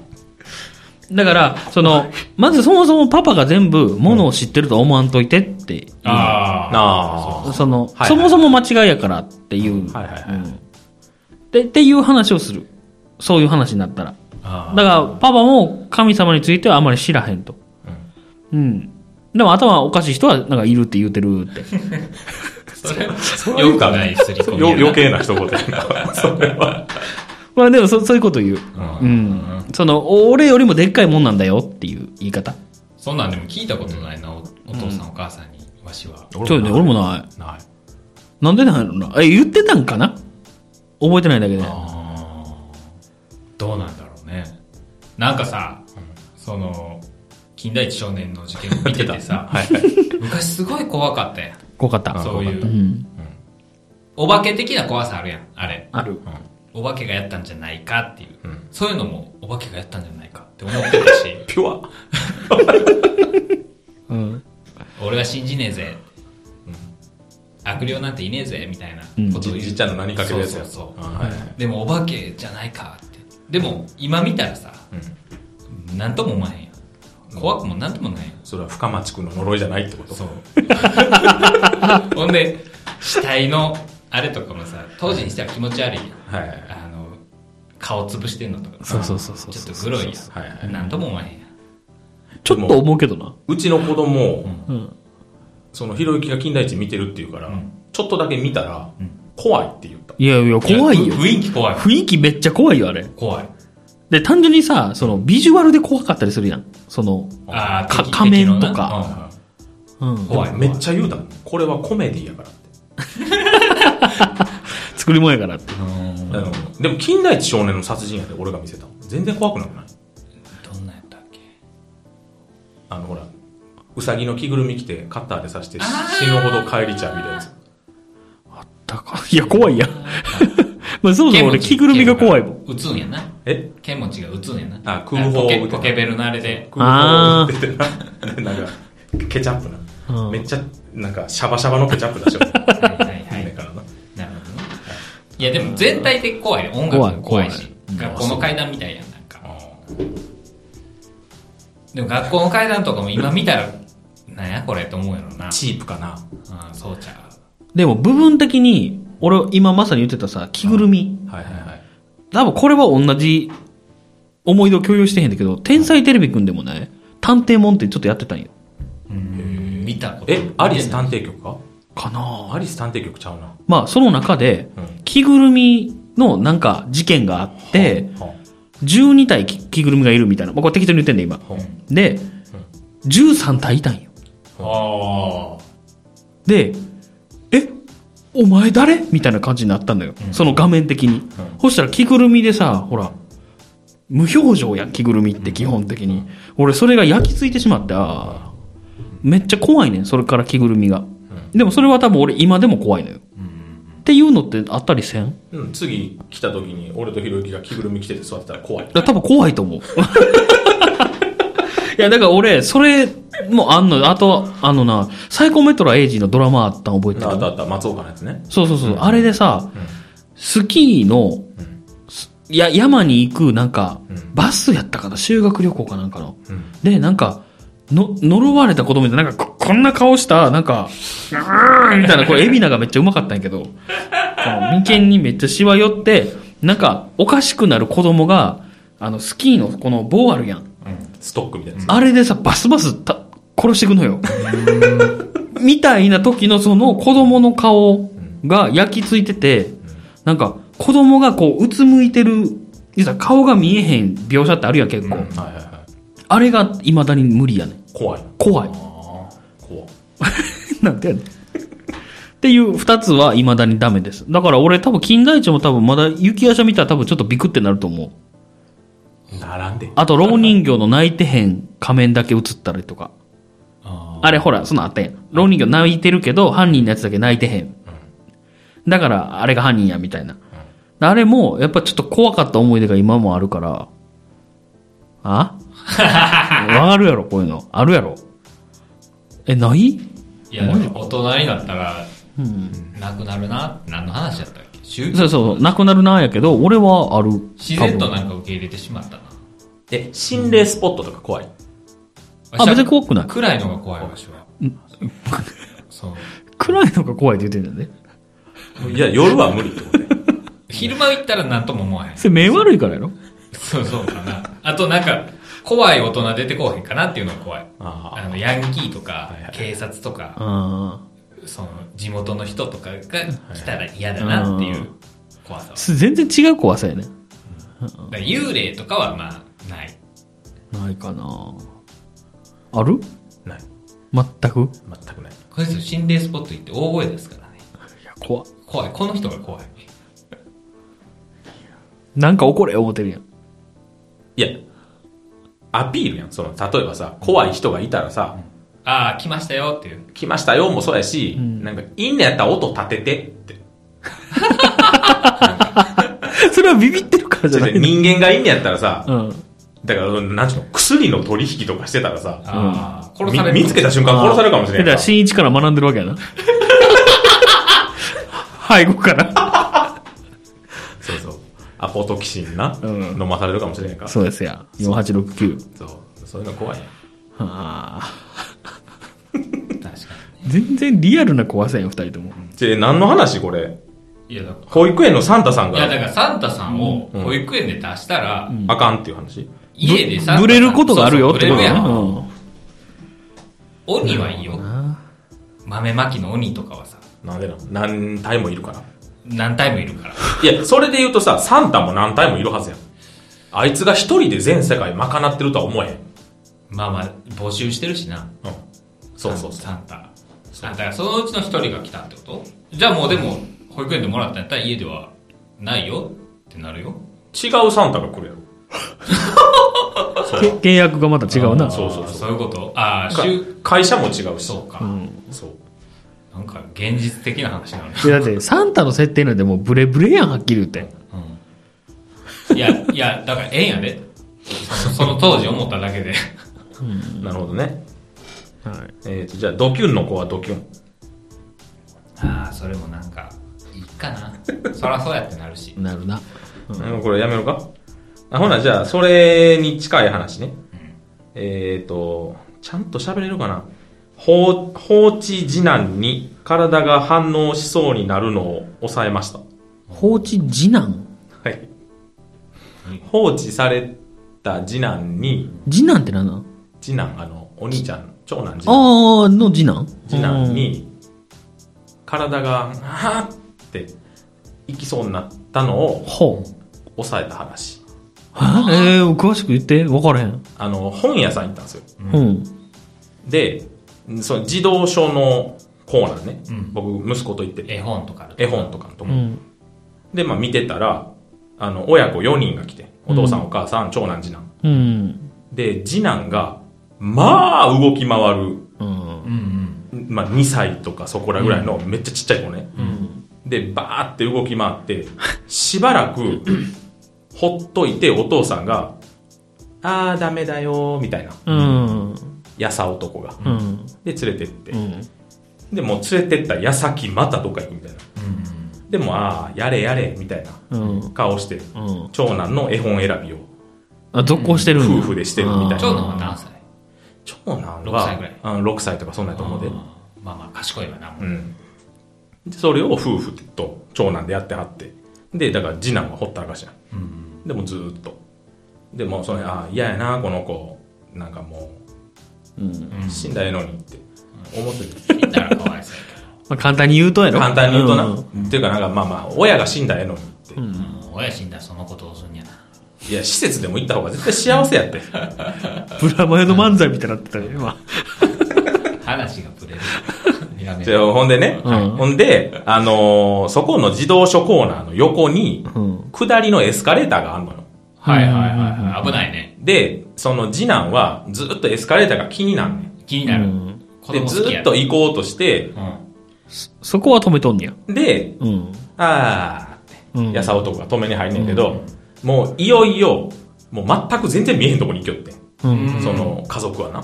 [SPEAKER 2] ん。だから、その、まずそもそもパパが全部ものを知ってると思わんといてって、
[SPEAKER 3] あ
[SPEAKER 1] なあ
[SPEAKER 2] その、
[SPEAKER 1] はい
[SPEAKER 2] そもそも間違いやからっていう。
[SPEAKER 1] はいはいはい
[SPEAKER 2] うんで、っていう話をする。そういう話になったら。
[SPEAKER 3] あ
[SPEAKER 2] だから、パパも神様についてはあまり知らへんと。うん。でも頭おかしい人は、なんかいるって言うてるって。
[SPEAKER 3] それは
[SPEAKER 1] れ
[SPEAKER 3] よくないすり込み
[SPEAKER 1] よ
[SPEAKER 3] やな
[SPEAKER 1] 余計な一言やなそれは
[SPEAKER 2] まあでもそ、そういうこと言う。
[SPEAKER 3] う
[SPEAKER 2] うんん。その、俺よりもでっかいもんなんだよっていう言い方。
[SPEAKER 3] そんなんでも聞いたことないな、おお父さんお母さんに、わしは。
[SPEAKER 2] そうよね、俺もない。
[SPEAKER 1] ない
[SPEAKER 2] なんでなんやろな。え、言ってたんかな覚えてないだけで。
[SPEAKER 3] どうなんだろうね。なんかさ、その、金田一少年の事件を見ててさ、昔すごい怖かったやん。
[SPEAKER 2] 怖かった。
[SPEAKER 3] そういうう、
[SPEAKER 2] ん。
[SPEAKER 3] お化け的な怖さあるやん、あれ。
[SPEAKER 2] ある。
[SPEAKER 3] お化けがやったんじゃないかっていう。
[SPEAKER 1] ん、
[SPEAKER 3] そういうのも、お化けがやったんじゃないかって思ってたし
[SPEAKER 1] ピュア
[SPEAKER 2] うん。
[SPEAKER 3] 俺は信じねえぜ。悪霊なんていねえぜ、みたいな
[SPEAKER 2] うん
[SPEAKER 3] ことを
[SPEAKER 1] じ
[SPEAKER 3] 言
[SPEAKER 1] じ
[SPEAKER 3] う
[SPEAKER 1] っちゃんの何かけるやつや
[SPEAKER 3] そうそうそう
[SPEAKER 1] あはいはい
[SPEAKER 3] でもお化けじゃないかってでも今見たらさ、なんとも思わへんやん怖くもなんともないやん
[SPEAKER 1] それは深町君の呪いじゃないってこと
[SPEAKER 3] そう (laughs) ほんで死体のあれとかもさ当時にしては気持ち悪いやん
[SPEAKER 1] はいはい
[SPEAKER 3] あの顔潰してんのとか
[SPEAKER 2] そうそうそうそう
[SPEAKER 3] ちょっとグロい
[SPEAKER 1] はいはい
[SPEAKER 3] やんなんとも思わへんやん
[SPEAKER 2] ちょっと思うけどな。
[SPEAKER 1] うちの子供、
[SPEAKER 2] うん。
[SPEAKER 1] そのひろゆきが金田一見てるっていうから、
[SPEAKER 3] うん
[SPEAKER 1] ちょっとだけ見たら、
[SPEAKER 3] うん
[SPEAKER 1] 怖いって言った。
[SPEAKER 2] いやいや、怖いよ
[SPEAKER 3] や。ふ雰囲気怖い
[SPEAKER 2] 雰囲気めっちゃ怖いよ、あれ。
[SPEAKER 3] 怖い
[SPEAKER 2] で、単純にさ、その、ビジュアルで怖かったりするやん。その、
[SPEAKER 3] あー
[SPEAKER 2] か
[SPEAKER 3] 敵
[SPEAKER 2] 仮面
[SPEAKER 3] 敵のな
[SPEAKER 2] とか
[SPEAKER 3] うんうん
[SPEAKER 2] うん。
[SPEAKER 3] 怖い
[SPEAKER 1] めっちゃ言うたのこれはコメディやからって。
[SPEAKER 2] 作り物やからって。
[SPEAKER 3] うん
[SPEAKER 1] あのでも、金田一少年の殺人やで俺が見せたの全然怖くなくない
[SPEAKER 3] どんなんやったっけ
[SPEAKER 1] あの、ほら、うさぎの着ぐるみ着てカッターで刺して
[SPEAKER 3] あー
[SPEAKER 1] 死ぬほど帰りちゃうみたいなやつ。
[SPEAKER 2] だからいや、怖いやん。まあ、そもそも俺、着ぐるみが怖いもん。
[SPEAKER 3] 打つんやな
[SPEAKER 1] え
[SPEAKER 3] 剣持ちが打つんやな
[SPEAKER 1] あ空砲を撃
[SPEAKER 3] ポ
[SPEAKER 1] て
[SPEAKER 3] ケポケベルのあれで
[SPEAKER 2] あー
[SPEAKER 1] 出てな。でなんか、ケチャップな。
[SPEAKER 2] うん
[SPEAKER 1] めっちゃ、なんか、シャバシャバのケチャップ出しよう。
[SPEAKER 3] はいはいは
[SPEAKER 1] だ
[SPEAKER 3] い
[SPEAKER 1] からな。
[SPEAKER 3] なるほどね。いや、でも全体的怖いよ。音楽も怖いし。
[SPEAKER 2] 怖い怖い
[SPEAKER 3] 学校の階段みたいやん、なんか。でも学校の階段とかも今見たら、なんやなこれって思うやろな。
[SPEAKER 1] チープかな。
[SPEAKER 3] うん、そうちゃ
[SPEAKER 2] でも部分的に、俺今まさに言ってたさ、着ぐるみ。
[SPEAKER 1] はいはいはい。
[SPEAKER 2] 多分これは同じ思い出を共有してへんだけど、天才テレビくんでもね、探偵もんってちょっとやってたんよ。
[SPEAKER 3] う。うん、見たこと。
[SPEAKER 1] え、アリス探偵局か
[SPEAKER 2] かな
[SPEAKER 1] アリス探偵局ちゃうな。
[SPEAKER 2] まあ、その中で
[SPEAKER 1] うん、
[SPEAKER 2] 着ぐるみのなんか事件があって、
[SPEAKER 1] は
[SPEAKER 2] 12体着着ぐるみがいるみたいな。まあ、これ適当に言ってんだ、今。
[SPEAKER 1] あは
[SPEAKER 2] で、13体いたんよ。
[SPEAKER 3] あ
[SPEAKER 2] で、えお前誰みたいな感じになったんだよ。その画面的に。そしたら着ぐるみでさ、ほら、無表情やん、着ぐるみって基本的に。俺、それが焼き付いてしまって、あーめっちゃ怖いねん、それから着ぐるみが。でもそれは多分俺今でも怖いのよ。っていうのってあったりせん
[SPEAKER 1] あうん、次来た時に、俺とひろゆきが着ぐるみ着てて座ってたら怖い
[SPEAKER 2] だ。から多分怖いと思う。いや、だから俺、それもあんのよ。あと、あのな、サイコメトラエイジのドラマあったん覚えてる
[SPEAKER 1] あったあった、松岡のやつね。
[SPEAKER 2] そうそうそう。あれでさ、スキーの、すいや、山に行く、なんか、
[SPEAKER 1] うん
[SPEAKER 2] バスやったかな修学旅行かなんかの。
[SPEAKER 1] うん。
[SPEAKER 2] で、なんか、の、呪われた子供みたいな、なんか、ここんな顔した、なんか、うーんみたいな、これ、エビナがめっちゃうまかったんやけど、この眉間にめっちゃしわ寄って、なんか、おかしくなる子供が、あの、スキーのこの棒あるやん。
[SPEAKER 1] ストックみたいなや
[SPEAKER 2] あれでさ、バスバスた殺していくのよ。みたいな時のその子供の顔が焼き付いてて、なんか子供がこううつむいてる、実は顔が見えへん描写ってあるやん結構。
[SPEAKER 1] つ。はいはいはい。
[SPEAKER 2] あれが未だに無理やねん。
[SPEAKER 1] 怖い。
[SPEAKER 2] 怖い。
[SPEAKER 1] ああ、
[SPEAKER 2] (laughs)
[SPEAKER 1] 怖い。
[SPEAKER 2] なんてやねん。っていう二つは未だにダメです。だから俺多分金田一も多分まだ雪夜叉見たら多分ちょっとビクってなると思う。
[SPEAKER 1] 並んで。
[SPEAKER 2] あと、老人形の泣いてへん仮面だけ映ったりとか。
[SPEAKER 3] あ
[SPEAKER 2] あれほら、そのあったやん。老人形泣いてるけど、犯人のやつだけ泣いてへん。だから、あれが犯人や、みたいな。あれも、やっぱちょっと怖かった思い出が今もあるから。あわかるやろ、こういうの。あるやろ。え、ない
[SPEAKER 3] いや、なんか大人になったら、なくなるな。何の話だったっけ宗
[SPEAKER 2] そうそう、なくなるなやけど、俺はある。
[SPEAKER 3] 自然
[SPEAKER 2] 多
[SPEAKER 3] と
[SPEAKER 2] 分
[SPEAKER 3] なんか受け入れてしまったな。
[SPEAKER 1] え、心霊スポットとか怖い。
[SPEAKER 2] あ、別に怖くない。
[SPEAKER 3] 暗いのが怖い場所は。そう。
[SPEAKER 2] 暗いのが怖いって言ってんだよね。
[SPEAKER 1] いや、夜は無理ってことね。
[SPEAKER 3] 昼間行ったら何とも思わへん。
[SPEAKER 2] それ目悪いからやろ
[SPEAKER 3] そうそうかな。あとなんか、怖い大人出てこうへんかなっていうのが怖い。
[SPEAKER 1] あ
[SPEAKER 3] あの、ヤンキーとか
[SPEAKER 1] いはい、
[SPEAKER 3] 警察とか、
[SPEAKER 2] うん。
[SPEAKER 3] その、地元の人とかが来たら嫌だなっていう怖さは。
[SPEAKER 2] 全然違う怖さやね。
[SPEAKER 3] だから幽霊とかはまあ、ない。
[SPEAKER 2] ないかなある
[SPEAKER 1] あ、ない。
[SPEAKER 2] 全く
[SPEAKER 1] 全くない。
[SPEAKER 3] これですよ心霊スポット行って大声ですからね。
[SPEAKER 2] いや、怖
[SPEAKER 3] 怖い。この人が怖い。
[SPEAKER 2] なんか怒れ思ってるやん。
[SPEAKER 1] いや、アピールやん。その、例えばさ、怖い人がいたらさ、
[SPEAKER 3] ああ、来ましたよっていう。
[SPEAKER 1] 来ましたよもそうやし、なんか、いいんやったら音立ててって。
[SPEAKER 2] (laughs) それはビビってるからじゃないの
[SPEAKER 1] 人間がいいんやったらさ、
[SPEAKER 2] うん。
[SPEAKER 1] だから、なんちゅうの、薬の取引とかしてたらさ、
[SPEAKER 3] ああ、殺
[SPEAKER 1] み
[SPEAKER 3] される。
[SPEAKER 1] 見つけた瞬間殺されるかもしれ
[SPEAKER 2] だか
[SPEAKER 1] ない。
[SPEAKER 2] ら、新一から学んでるわけ (laughs) やな。背後から。
[SPEAKER 1] そうそう。アポトキシンな、
[SPEAKER 2] うん
[SPEAKER 1] 飲まされるかもしれんから。そ
[SPEAKER 2] そうですや。4869。
[SPEAKER 1] う。そういうの怖いやん。
[SPEAKER 2] はあ。
[SPEAKER 3] 確か
[SPEAKER 2] 全然リアルな怖さやん、二人とも。
[SPEAKER 1] で、何の話これ
[SPEAKER 3] に。いや、だか
[SPEAKER 1] 保育園のサンタさん
[SPEAKER 3] ら、いやだか
[SPEAKER 1] が
[SPEAKER 3] らサンタさんを保育園で出したら、
[SPEAKER 1] あかんっていう話、
[SPEAKER 3] 家でサンタさん
[SPEAKER 2] ぶれることがあるよって
[SPEAKER 3] そ
[SPEAKER 2] こと
[SPEAKER 3] うそ
[SPEAKER 2] や
[SPEAKER 3] うブレるやん。
[SPEAKER 2] ん。
[SPEAKER 3] 鬼はいいよ。
[SPEAKER 2] あ
[SPEAKER 3] 豆まきの鬼とかはさ、
[SPEAKER 1] なんでなの何体もいるから。
[SPEAKER 3] 何体もいるから。
[SPEAKER 1] いや、それで言うとさ、サンタも何体もいるはずやん。あいつが一人で全世界賄ってるとは思えへん。
[SPEAKER 3] まあまあ、募集してるしな。
[SPEAKER 1] うん。そうそうそう。
[SPEAKER 3] サンタ。あ、だからそのうちの一人が来たってことじゃあもうでも、保育園でもらったんやったら家ではないよってなるよ。
[SPEAKER 1] 違うサンタが来るやろ。そ
[SPEAKER 2] あ
[SPEAKER 1] う
[SPEAKER 2] け契約がまた違うな。
[SPEAKER 1] そう
[SPEAKER 3] あーそういうことああ、
[SPEAKER 1] か
[SPEAKER 3] 週、
[SPEAKER 1] 会社も違うし。
[SPEAKER 3] そうか。
[SPEAKER 1] そう。
[SPEAKER 3] なんか現実的な話なのね。
[SPEAKER 2] いや、だって、サンタの設定なんてもうブレブレやん、はっきり言って。
[SPEAKER 3] いや、いや、だからええんやで。そのその当時思っただけで。
[SPEAKER 1] なるほどね。
[SPEAKER 2] はい。
[SPEAKER 1] えっ、と、じゃあ、ドキュンの子はドキュン。
[SPEAKER 3] ああ、それもなんか、いいかな。そらそうやってなる (laughs) し。
[SPEAKER 2] なるな。
[SPEAKER 1] うん、これやめろかあほな、じゃあ、それに近い話ね。えっ、と、ちゃんと喋れるかな放放置次男に体が反応しそうになるのを抑えました。
[SPEAKER 2] 放置次男
[SPEAKER 1] はい。放置された次男に、
[SPEAKER 2] 次男って何なの
[SPEAKER 1] 次男、あの、お兄ちゃん、長男次男、
[SPEAKER 2] ああ、の次男
[SPEAKER 1] 次男。に、体が、あーって、行きそうになったのを
[SPEAKER 2] ほう。
[SPEAKER 1] 抑えた話。
[SPEAKER 2] ええー、詳しく言って。分からへん。
[SPEAKER 1] あの、本屋さん行ったんですよ。
[SPEAKER 2] うん。
[SPEAKER 1] で、その児童書のコーナーね。
[SPEAKER 3] うん
[SPEAKER 1] 僕、息子と行ってて、
[SPEAKER 3] 絵本とかある
[SPEAKER 1] 絵本とかのとこ、
[SPEAKER 2] うん。
[SPEAKER 1] で、まあ見てたら、あの、親子4人が来て、お父さん、
[SPEAKER 2] うん
[SPEAKER 1] お母さん、長男、次男。
[SPEAKER 2] うん。
[SPEAKER 1] で、次男が、まあ、動き回る、
[SPEAKER 2] うん。
[SPEAKER 3] うん
[SPEAKER 1] まあ、2歳とかそこらぐらいの、めっちゃちっちゃい子ね。
[SPEAKER 2] うん。
[SPEAKER 1] で、バーって動き回って、しばらく、ほっといて、お父さんが、あー、ダメだよー、みたいな、
[SPEAKER 2] うん。
[SPEAKER 1] やさ男が。
[SPEAKER 2] うん。
[SPEAKER 1] で、連れてって
[SPEAKER 2] う。ん。
[SPEAKER 1] で、もう連れてった矢先、またどっか行くみたいな。
[SPEAKER 3] うんうん
[SPEAKER 1] でも、あー、やれやれ、みたいな
[SPEAKER 2] うん。
[SPEAKER 1] 顔して、
[SPEAKER 2] うん。
[SPEAKER 1] 長男の絵本選びを
[SPEAKER 2] あ、続行してるんだ
[SPEAKER 1] 夫婦でしてるみたいな
[SPEAKER 3] 長男は何歳
[SPEAKER 1] 長男
[SPEAKER 3] 6
[SPEAKER 1] は
[SPEAKER 3] 歳ぐらい
[SPEAKER 1] うん、6歳とかそんなと思うで。
[SPEAKER 3] まあまあ賢いわな
[SPEAKER 1] うん。で、それを夫婦と長男でやってはって。で、だから次男はほったらかしなん。
[SPEAKER 3] うん
[SPEAKER 1] でもずーっと。でも、それ、ああ、嫌やな、この子。なんかも
[SPEAKER 2] うん。
[SPEAKER 1] う、死んだらええのにって思って
[SPEAKER 3] 死んだらかわいそうや
[SPEAKER 2] まあ、簡単に言うとや
[SPEAKER 1] る。
[SPEAKER 2] ろ
[SPEAKER 1] 簡単に言うとな。
[SPEAKER 2] ん
[SPEAKER 1] っていうか、なんかまあまあ、親が死んだらええのにって。
[SPEAKER 3] けど (laughs) うん親死んだらその子どうすんやない
[SPEAKER 1] や、施設でも行った方が絶対幸せやって。
[SPEAKER 2] ブラマヨの漫才みたいになってたよ、今。
[SPEAKER 3] 話がぶれる (laughs) やめ
[SPEAKER 1] じゃ
[SPEAKER 3] ろ
[SPEAKER 1] あほんでね、
[SPEAKER 2] うん
[SPEAKER 1] ほんで、あのーそこの自動書コーナーの横に、
[SPEAKER 2] うん。
[SPEAKER 1] 下りのエスカレーターがあるのよ。
[SPEAKER 3] はいはいはいはい危ないね
[SPEAKER 1] で、その次男はずっとエスカレーターが気になんねん。
[SPEAKER 3] 気になる
[SPEAKER 2] うん
[SPEAKER 3] 子
[SPEAKER 1] で、
[SPEAKER 3] 供
[SPEAKER 1] ず
[SPEAKER 3] 好き
[SPEAKER 1] っ
[SPEAKER 3] や
[SPEAKER 1] と行こうとして、
[SPEAKER 3] うん
[SPEAKER 2] そこは止めとんねや。
[SPEAKER 1] で、
[SPEAKER 2] うん。
[SPEAKER 1] あ
[SPEAKER 2] う
[SPEAKER 1] ー、
[SPEAKER 2] ん。
[SPEAKER 1] やさ男が止めに入んねんけど、もういよいよ、もう全く全然見えへんとこに行きよってん。
[SPEAKER 2] うん。
[SPEAKER 1] その家族はな。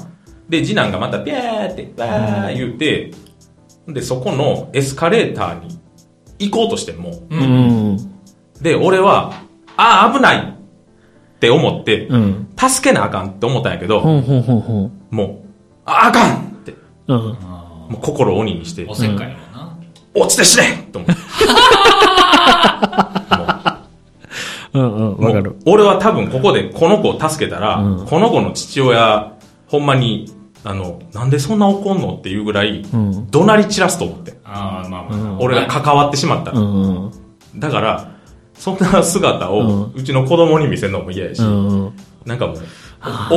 [SPEAKER 1] で、次男がまたピャーって、わー言うて、で、そこのエスカレーターに行こうとしてんもう。
[SPEAKER 2] う
[SPEAKER 3] うん
[SPEAKER 2] ん。
[SPEAKER 1] で、俺は、あー危ないって思って、
[SPEAKER 2] うん。
[SPEAKER 1] 助けなあかんって思ったんやけど、
[SPEAKER 2] ほんほんほんほん。
[SPEAKER 1] もう、あーあかんって、
[SPEAKER 2] うん。
[SPEAKER 3] あ
[SPEAKER 1] もう心を鬼にして
[SPEAKER 3] ーお、せっかいやろうな
[SPEAKER 1] 落ちて死ねと思
[SPEAKER 2] (laughs)
[SPEAKER 1] って。
[SPEAKER 2] うんうん。わか
[SPEAKER 1] も
[SPEAKER 2] る
[SPEAKER 1] う。俺は多分ここでこの子を助けたら、
[SPEAKER 2] うん
[SPEAKER 1] この子の父親、ほんまに、あの、なんでそんな怒んのっていうぐらい、
[SPEAKER 2] うん。
[SPEAKER 1] 怒鳴り散らすと思って。
[SPEAKER 3] ああまあ
[SPEAKER 2] う
[SPEAKER 3] まあ
[SPEAKER 2] ん
[SPEAKER 1] 俺が関わってしまった
[SPEAKER 2] う
[SPEAKER 1] ら。
[SPEAKER 2] んうん。
[SPEAKER 1] だから、そんな姿を、うちの子供に見せるのも嫌やし、
[SPEAKER 2] うん。
[SPEAKER 1] なんかもう、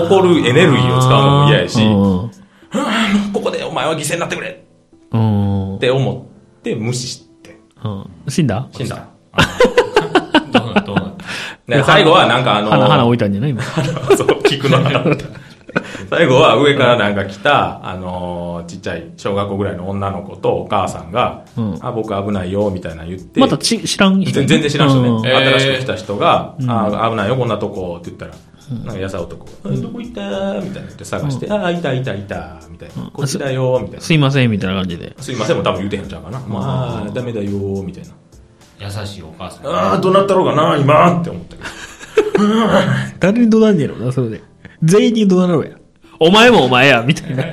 [SPEAKER 1] 怒るエネルギーを使うのも嫌やし、
[SPEAKER 2] うん。
[SPEAKER 1] ここでお前は犠牲になってくれ
[SPEAKER 2] うん
[SPEAKER 1] っ。て思って無視して
[SPEAKER 2] うん死んだ
[SPEAKER 1] 死んだ。
[SPEAKER 3] ど (laughs) うなどうなった
[SPEAKER 1] ね最後はなんかあの、
[SPEAKER 2] 花、花置いたんじゃない今。
[SPEAKER 1] (laughs) そう、聞くのが (laughs) あった。最後は上からなんか来た、あのーちっちゃい小学校ぐらいの女の子とお母さんが、
[SPEAKER 2] うん
[SPEAKER 1] あ、僕危ないよ、みたいなの言って、
[SPEAKER 2] またち知らん人。
[SPEAKER 1] 全全然知らん人ね、
[SPEAKER 3] うん
[SPEAKER 1] 新しく来た人が、
[SPEAKER 2] うん
[SPEAKER 1] あ、危ないよ、こんなとこ、って言ったら、なんか優しい男が、えどこ行ったみたいな言って探して、ああ、いたいたいた、みたいな、こっちだよ、みたいな。
[SPEAKER 2] すいません、みたいな感じで。
[SPEAKER 1] すいませんも多分言うてへんちゃうかな。まああー、ダメだよ、みたいな。
[SPEAKER 3] 優しいお母さん
[SPEAKER 1] ああ、どうなったろうかな、今って思ったけど。
[SPEAKER 2] 誰に怒鳴んねやろな、それで。全員に怒鳴ろうや。お前もお前や、みたいな。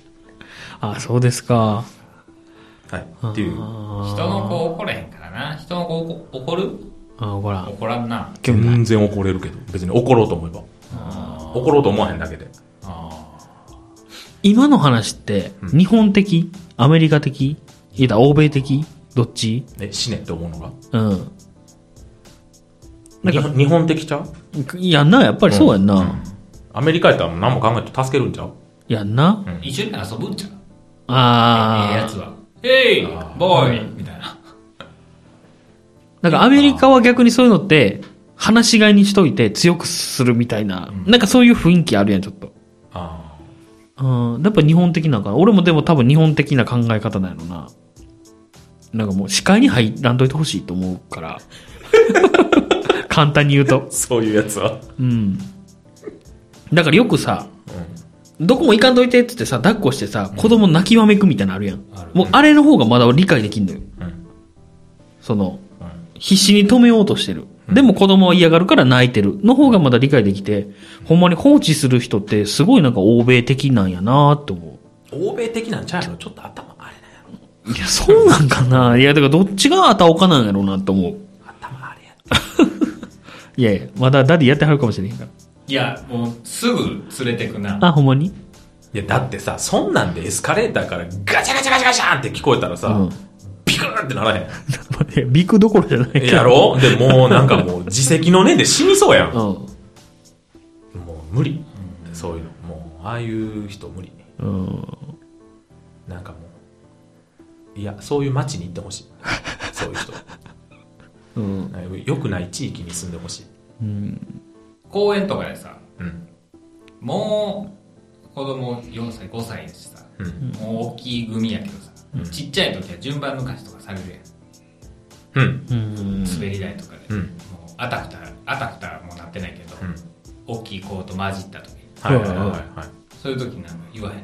[SPEAKER 2] (laughs) あ、そうですか。
[SPEAKER 1] はい。っていう。
[SPEAKER 3] 人の子怒れへんからな人の子怒怒る
[SPEAKER 2] あ、ほら。
[SPEAKER 3] 怒らんな
[SPEAKER 1] 全然怒れるけど。別に怒ろうと思えば。怒ろうと思わへんだけで。
[SPEAKER 3] あ
[SPEAKER 2] 今の話って、日本的、アメリカ的、いや、欧米的、どっち
[SPEAKER 1] え、死ねって思うのが。
[SPEAKER 2] うん。
[SPEAKER 1] 日本日本的ちゃう
[SPEAKER 2] やんな、やっぱりそうやんな。
[SPEAKER 1] アメリカやったら何も考えんと助けるんちゃう
[SPEAKER 2] やんな。
[SPEAKER 3] ー一緒に遊ぶんちゃう
[SPEAKER 2] あ
[SPEAKER 3] ええ
[SPEAKER 2] ー
[SPEAKER 3] やつは「ヘイボーイ!」みたいな
[SPEAKER 2] なんかアメリカは逆にそういうのって、話し飼いにしといて強くするみたいな、なんかそういう雰囲気あるやん、ちょっと。
[SPEAKER 1] あ
[SPEAKER 2] うん、やっぱ日本的なのかな。俺もでも多分日本的な考え方なんやろな。なんかもう視界に入らんといてほしいと思うから。簡単に言うと
[SPEAKER 1] あ。。そういうやつは。
[SPEAKER 2] うん。だからよくさ、どこも行かんといてってってさ、抱っこしてさ、子供泣きわめくみたいなのあるやん。
[SPEAKER 3] ある
[SPEAKER 2] もうあれの方がまだ理解できんのよ。
[SPEAKER 1] うん
[SPEAKER 2] そ
[SPEAKER 1] う
[SPEAKER 2] の、
[SPEAKER 1] ん
[SPEAKER 2] 必死に止めようとしてる。でも子供は嫌がるから泣いてる。の方がまだ理解できて、ほんまに放置する人ってすごいなんか欧米的なんやなって思う。
[SPEAKER 1] 欧米的なんちゃうのちょっと頭あれなんやろ
[SPEAKER 2] いや、そうなんかないや、だからどっちがあたおかなんやろうなと思う。
[SPEAKER 1] 頭あれやっ
[SPEAKER 2] いやいや、まだダディやってはるかもしれへんか
[SPEAKER 3] いや、もう、すぐ連れてくな。
[SPEAKER 2] ら。あ、ほんまに (laughs)
[SPEAKER 1] いや、だってさ、そんなんでエスカレーターからガチャガチャガチャガチャンって聞こえたらさ、
[SPEAKER 2] うん
[SPEAKER 1] ビクーンってならへ
[SPEAKER 2] (laughs) いやビクどころじゃないけ
[SPEAKER 1] ん。
[SPEAKER 2] ど。
[SPEAKER 1] やろで、もうなんかもう自責の念で死にそうやん。
[SPEAKER 2] うん。
[SPEAKER 1] もう無理。そういうの。もう、ああいう人無理。
[SPEAKER 2] うん。
[SPEAKER 1] なんかもう、いや、そういう街に行ってほし
[SPEAKER 3] (laughs)
[SPEAKER 1] い。そういう人。
[SPEAKER 2] うん。
[SPEAKER 3] (laughs)
[SPEAKER 1] 良くない地域に住んでほしい。
[SPEAKER 3] 公園とかでさ、
[SPEAKER 1] うん。
[SPEAKER 3] もう、子供4歳、5歳でさ、
[SPEAKER 1] うん。
[SPEAKER 3] もう大きい組やけどさ、ちっちゃい時は順番抜かしとかされるやん。
[SPEAKER 1] うん。
[SPEAKER 2] うん。
[SPEAKER 3] 滑り台とか
[SPEAKER 1] う
[SPEAKER 3] で。
[SPEAKER 1] ん
[SPEAKER 3] もう、あたふた、あたふたもなってないけど、
[SPEAKER 1] うん。
[SPEAKER 3] 大きい子と混じった時
[SPEAKER 1] はいはいはいはい。
[SPEAKER 3] そういう時なんか言わへん。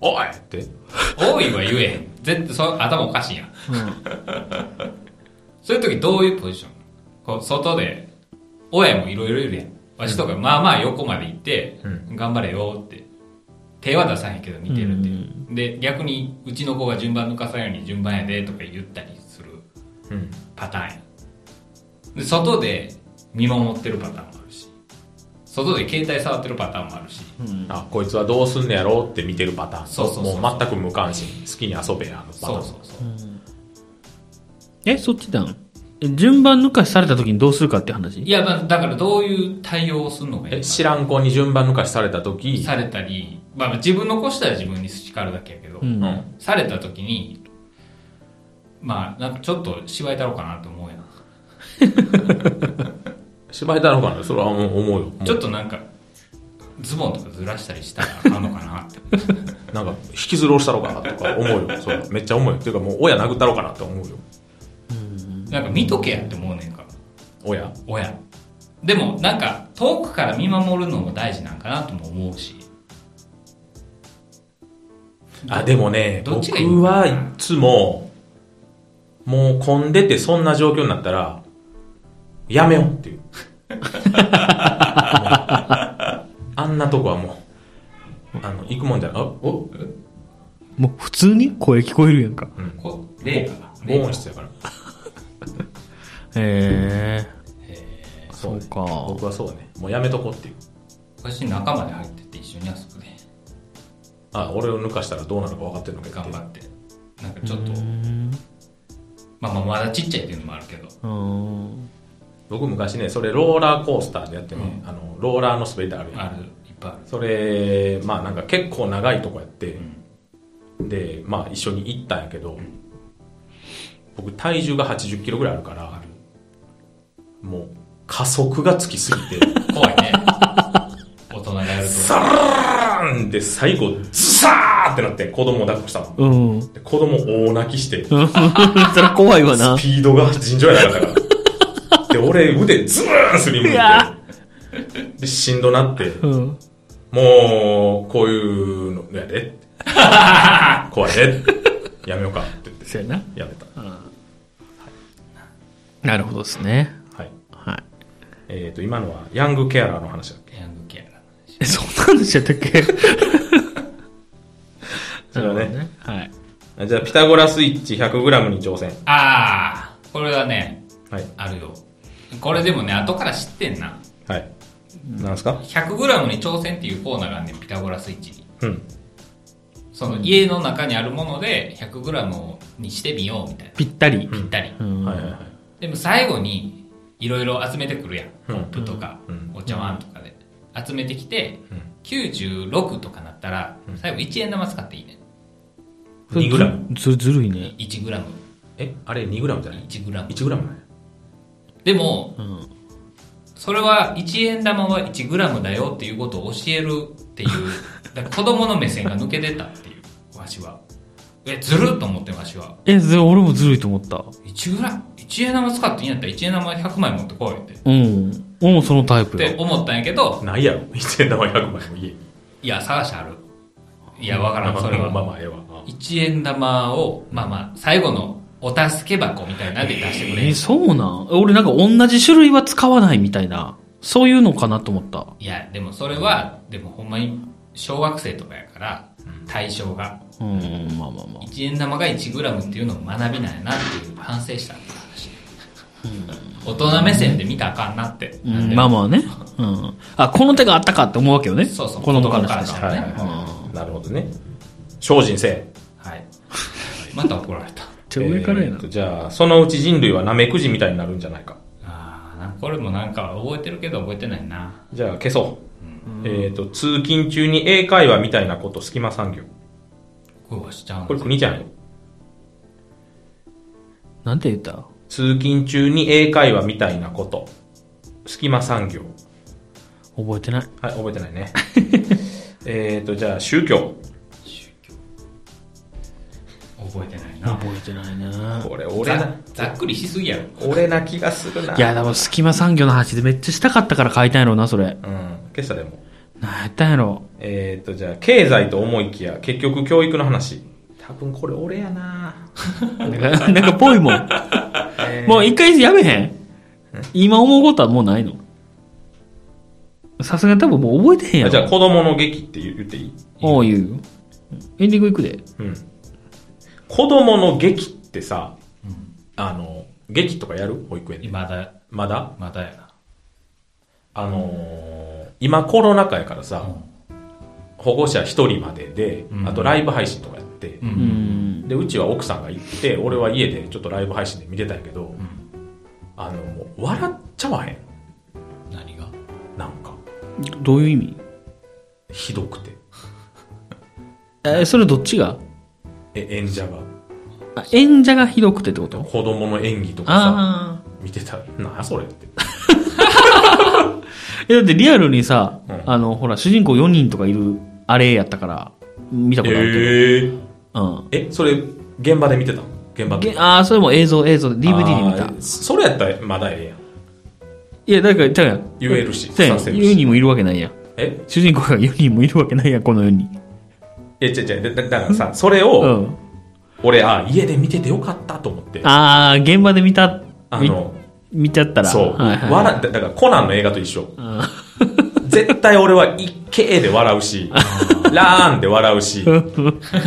[SPEAKER 1] おいって。
[SPEAKER 3] 多いは言えへん。絶対、そう頭おかしいやん。そういう時どういうポジションこう、外で、親もいろいろいるやん。わしとか、まあまあ横まで行って、
[SPEAKER 1] う
[SPEAKER 3] 頑張れよって。手は出さへんけど見てるって。で、逆に、うちの子が順番抜かさんように順番やでとか言ったりする
[SPEAKER 1] うん。
[SPEAKER 3] パターンやん。で、外で見守ってるパターンもあるし、外で携帯触ってるパターンもあるし、
[SPEAKER 1] あ、こいつはどうすんのやろうって見てるパターン。
[SPEAKER 3] そうそうそう
[SPEAKER 1] もう全く無関心。好きに遊べやのパタ
[SPEAKER 3] そ
[SPEAKER 1] ーン。
[SPEAKER 3] うそうそう。
[SPEAKER 2] え、そっちだんえ順番抜かしされた時にどうするかって話
[SPEAKER 3] いや、まあだからどういう対応をするのがいい
[SPEAKER 1] え
[SPEAKER 3] か
[SPEAKER 1] 知らん子に順番抜かしされた時
[SPEAKER 3] されたり、まあまあ自分の子したら自分に叱るだけやけど、
[SPEAKER 2] うん。
[SPEAKER 1] うん
[SPEAKER 3] された時に、まあなんかちょっと芝居だろうかなと思うやん。
[SPEAKER 1] 芝居だろうかなそれはもう思うよ
[SPEAKER 3] ちょ
[SPEAKER 1] っ
[SPEAKER 3] っとなんか、ズボンとかずらしたりしたらあかんのかなって。
[SPEAKER 1] となんか引きずろうしたろうかなとか思うよそれめっちゃ思うよっていうかもう親殴ったろうかなって思うよ
[SPEAKER 3] なんか見とけやって思うねんか、
[SPEAKER 1] 親
[SPEAKER 3] 親。でもなんか遠くから見守るのも大事なんかなとも思うし、
[SPEAKER 1] あでもね
[SPEAKER 3] どっちがいい
[SPEAKER 1] 僕はいつももう混んでてそんな状況になったらやめようって
[SPEAKER 3] (laughs)
[SPEAKER 1] いうもうあんなとこはもうあの行くもんじゃないあお
[SPEAKER 2] もう普通に声聞こえるやんか。
[SPEAKER 3] こ例が、
[SPEAKER 1] 防
[SPEAKER 3] 例が
[SPEAKER 1] 音室やから
[SPEAKER 2] へ
[SPEAKER 3] え
[SPEAKER 1] そうね
[SPEAKER 2] そうか
[SPEAKER 1] 僕はそうねもうやめとこうっていう
[SPEAKER 3] ー私仲間で入ってって一緒に遊ぶね。
[SPEAKER 1] あ俺を抜かしたらどうなるか分かってるのか
[SPEAKER 3] 頑張
[SPEAKER 1] っ
[SPEAKER 3] って。なんかちょっと、
[SPEAKER 2] え。うん。
[SPEAKER 3] まあまあまだちっちゃいっていうのもあるけど、
[SPEAKER 2] うん。
[SPEAKER 1] 僕昔ねそれローラーコースターでやってね、あのローラーの滑り台あるやん
[SPEAKER 3] ある、いっぱいある。
[SPEAKER 1] それまあなんか結構長いとこやって、でまあ一緒に行ったんやけど、僕体重が8 0キロぐらいあるからもう加速がつきすぎて
[SPEAKER 3] 怖いね。大人がやる
[SPEAKER 1] ザラーンで最後ズサーってなって子供を抱っこしたの
[SPEAKER 2] うん。 (laughs)
[SPEAKER 1] で子供大泣きしてス
[SPEAKER 2] そら怖いわな。
[SPEAKER 1] ピードが尋常やなかったからで俺腕ズーンすりむい
[SPEAKER 2] いや
[SPEAKER 1] てでしんどなって
[SPEAKER 2] うん。
[SPEAKER 1] もう、こういうのや (laughs) で。怖いで。やめようかって言って、
[SPEAKER 2] そうやな。
[SPEAKER 1] やめた。
[SPEAKER 2] なるほどですね。
[SPEAKER 1] はい。
[SPEAKER 2] はい。
[SPEAKER 1] えっ、と、今のは、ヤングケアラーの話だっけ
[SPEAKER 3] と、ヤングケアラーの話。
[SPEAKER 2] え、 (laughs) そんなんでしたっけ
[SPEAKER 1] それはね
[SPEAKER 2] なるほどはい。
[SPEAKER 1] あじゃあ、ピタゴラスイッチ 100g に挑戦。
[SPEAKER 3] あー、これはね、
[SPEAKER 1] はい。
[SPEAKER 3] あるよ。これでもね、後から知ってんな。
[SPEAKER 1] はい。なんすか
[SPEAKER 3] 100g に挑戦っていうコーナーがあんねん、ピタゴラスイッチに。
[SPEAKER 1] うん。
[SPEAKER 3] その家の中にあるもので 100g にしてみようみたいな。
[SPEAKER 2] ぴったり。
[SPEAKER 3] ぴったり。
[SPEAKER 2] うん
[SPEAKER 1] はいはいはい。
[SPEAKER 3] でも最後に、いろいろ集めてくるやん。コップとか
[SPEAKER 1] うん、
[SPEAKER 3] お茶碗とかで。集めてきて
[SPEAKER 1] うん、
[SPEAKER 3] 96とかなったら、最後1円玉使っていいねん。
[SPEAKER 1] 2g。
[SPEAKER 2] ずずるいね。
[SPEAKER 3] 1g、
[SPEAKER 1] え、あれ 2g じゃない
[SPEAKER 3] 1g。
[SPEAKER 1] 1g なんや
[SPEAKER 3] でも、
[SPEAKER 2] ん
[SPEAKER 3] それは1円玉は 1g だよっていうことを教えるっていう
[SPEAKER 1] (laughs)
[SPEAKER 3] だから子供の目線が抜けてたっていうわしはえずるっと思ってわしは
[SPEAKER 2] え、ず俺もずるいと思った。
[SPEAKER 3] 1g 1円玉使っていいんやったら1円玉100枚持ってこいって
[SPEAKER 2] うん。俺もそのタイプ
[SPEAKER 3] って
[SPEAKER 2] よ。
[SPEAKER 3] 思ったんやけど
[SPEAKER 1] ないやろ。1円玉100枚も家に。
[SPEAKER 3] いや探してあるいやわからんそれ
[SPEAKER 1] まあ
[SPEAKER 3] は
[SPEAKER 1] まあ、ええわ。
[SPEAKER 3] 1円玉をまあまあ最後のお助け箱みたいなんで出してくれ、
[SPEAKER 2] え、そうなん俺なんか同じ種類は使わないみたいな。そういうのかなと思った。
[SPEAKER 3] いやでもそれはでもほんまに小学生とかやから対象が。
[SPEAKER 2] うん、まあまあまあ。
[SPEAKER 3] 1円玉が1グラムっていうのを学びないなっていう反省したって話。大人目線で見たらあかんなって。
[SPEAKER 2] うん、まあまあね。うん。あ、この手があったかって思うわけよね。
[SPEAKER 3] そうそう
[SPEAKER 2] 子供からしたら。
[SPEAKER 3] 子供からしたら
[SPEAKER 1] はいはい。なるほどね。精進せえ。
[SPEAKER 3] はい。また怒られた。
[SPEAKER 2] ちょ、上からや
[SPEAKER 1] え
[SPEAKER 2] な
[SPEAKER 1] ーと。じゃあ、そのうち人類はナメクジみたいになるんじゃないか。
[SPEAKER 3] ああ、なんかこれもなんか覚えてるけど覚えてないな。
[SPEAKER 1] じゃあ、消そう。えっと、通勤中に英会話みたいなこと、隙間産業。
[SPEAKER 3] これはしちゃうん
[SPEAKER 1] こ
[SPEAKER 3] で
[SPEAKER 1] れ
[SPEAKER 3] す
[SPEAKER 1] 国じゃんよ。
[SPEAKER 2] なんて言った
[SPEAKER 1] 通勤中に英会話みたいなこと、隙間産業。
[SPEAKER 2] 覚えてない。
[SPEAKER 1] はい、覚えてない (laughs) ね。えっと、じゃあ、宗教。
[SPEAKER 3] 覚えてないな。
[SPEAKER 2] 覚えてないな
[SPEAKER 1] これ、俺
[SPEAKER 3] ざ
[SPEAKER 1] な、
[SPEAKER 3] ざっくりしすぎやろ。
[SPEAKER 1] 俺な気がするな。
[SPEAKER 2] いや、でも隙間産業の話でめっちゃしたかったから書いたんやろうな、それ。
[SPEAKER 1] うん、消したでも。
[SPEAKER 2] なんやったんやろ
[SPEAKER 1] えっと、じゃあ、経済と思いきや、結局教育の話。多分これ俺やな
[SPEAKER 2] う。なんか、なんかぽい (laughs) もん。もう一回やめへん今思うことはもうないのさすがに多分もう覚えてへんや
[SPEAKER 1] あ
[SPEAKER 2] ろ。
[SPEAKER 1] じゃあ、子供の劇って言っていい
[SPEAKER 2] おう言うよ。エンディングいくで。
[SPEAKER 1] うん。子供の劇ってさ、あの、劇とかやる保育園で。
[SPEAKER 3] まだ、
[SPEAKER 1] まだ
[SPEAKER 3] まだやな。
[SPEAKER 1] あのー今コロナ禍やからさ、保護者一人までで、
[SPEAKER 3] うん
[SPEAKER 1] あとライブ配信とかやって、
[SPEAKER 3] う。
[SPEAKER 2] うんん。
[SPEAKER 1] で、うちは奥さんが行って、俺は家でちょっとライブ配信で見てたんやけど、あの、もう笑っちゃわへん。
[SPEAKER 3] 何が
[SPEAKER 1] なんか、
[SPEAKER 2] どういう意味
[SPEAKER 1] ひどくて。
[SPEAKER 2] え、それどっちが
[SPEAKER 1] え、演者が、
[SPEAKER 2] あ演者がひどくてってこと
[SPEAKER 1] 子供の演技とかさ、
[SPEAKER 2] ああ。
[SPEAKER 1] 見てたら、なんやそれって。
[SPEAKER 2] え、だってリアルにさ、
[SPEAKER 1] うん
[SPEAKER 2] あの、ほら、主人公4人とかいる、あれやったから、見たことあるけ
[SPEAKER 1] え
[SPEAKER 2] ど。
[SPEAKER 1] ー、
[SPEAKER 2] うん。
[SPEAKER 1] え、それ、現場で見てたの現場で
[SPEAKER 2] げ。ああ、それも映像、映像で、DVD で見
[SPEAKER 1] あ
[SPEAKER 2] た
[SPEAKER 1] ー。それやったらまだええやん。
[SPEAKER 2] いや、だから、だから
[SPEAKER 1] 言えるし
[SPEAKER 2] そうやん
[SPEAKER 1] させるし
[SPEAKER 2] 4人もいるわけないやん。
[SPEAKER 1] え
[SPEAKER 2] 主人公が4人もいるわけないやん、この世に。
[SPEAKER 1] いや、違う違う。だだだからさ、それ
[SPEAKER 2] う
[SPEAKER 1] を、
[SPEAKER 2] ん。
[SPEAKER 1] 俺、あ、家で見ててよかったと思って。あ
[SPEAKER 2] ああ、現場で見た、み
[SPEAKER 1] の、
[SPEAKER 2] 見ちゃったら。
[SPEAKER 1] そう。
[SPEAKER 2] はいはい
[SPEAKER 1] 笑って、だからコナンの映画と一緒。
[SPEAKER 2] うん
[SPEAKER 1] 絶対俺は、一系で笑うし、ラーンで笑う
[SPEAKER 2] (laughs)
[SPEAKER 1] し、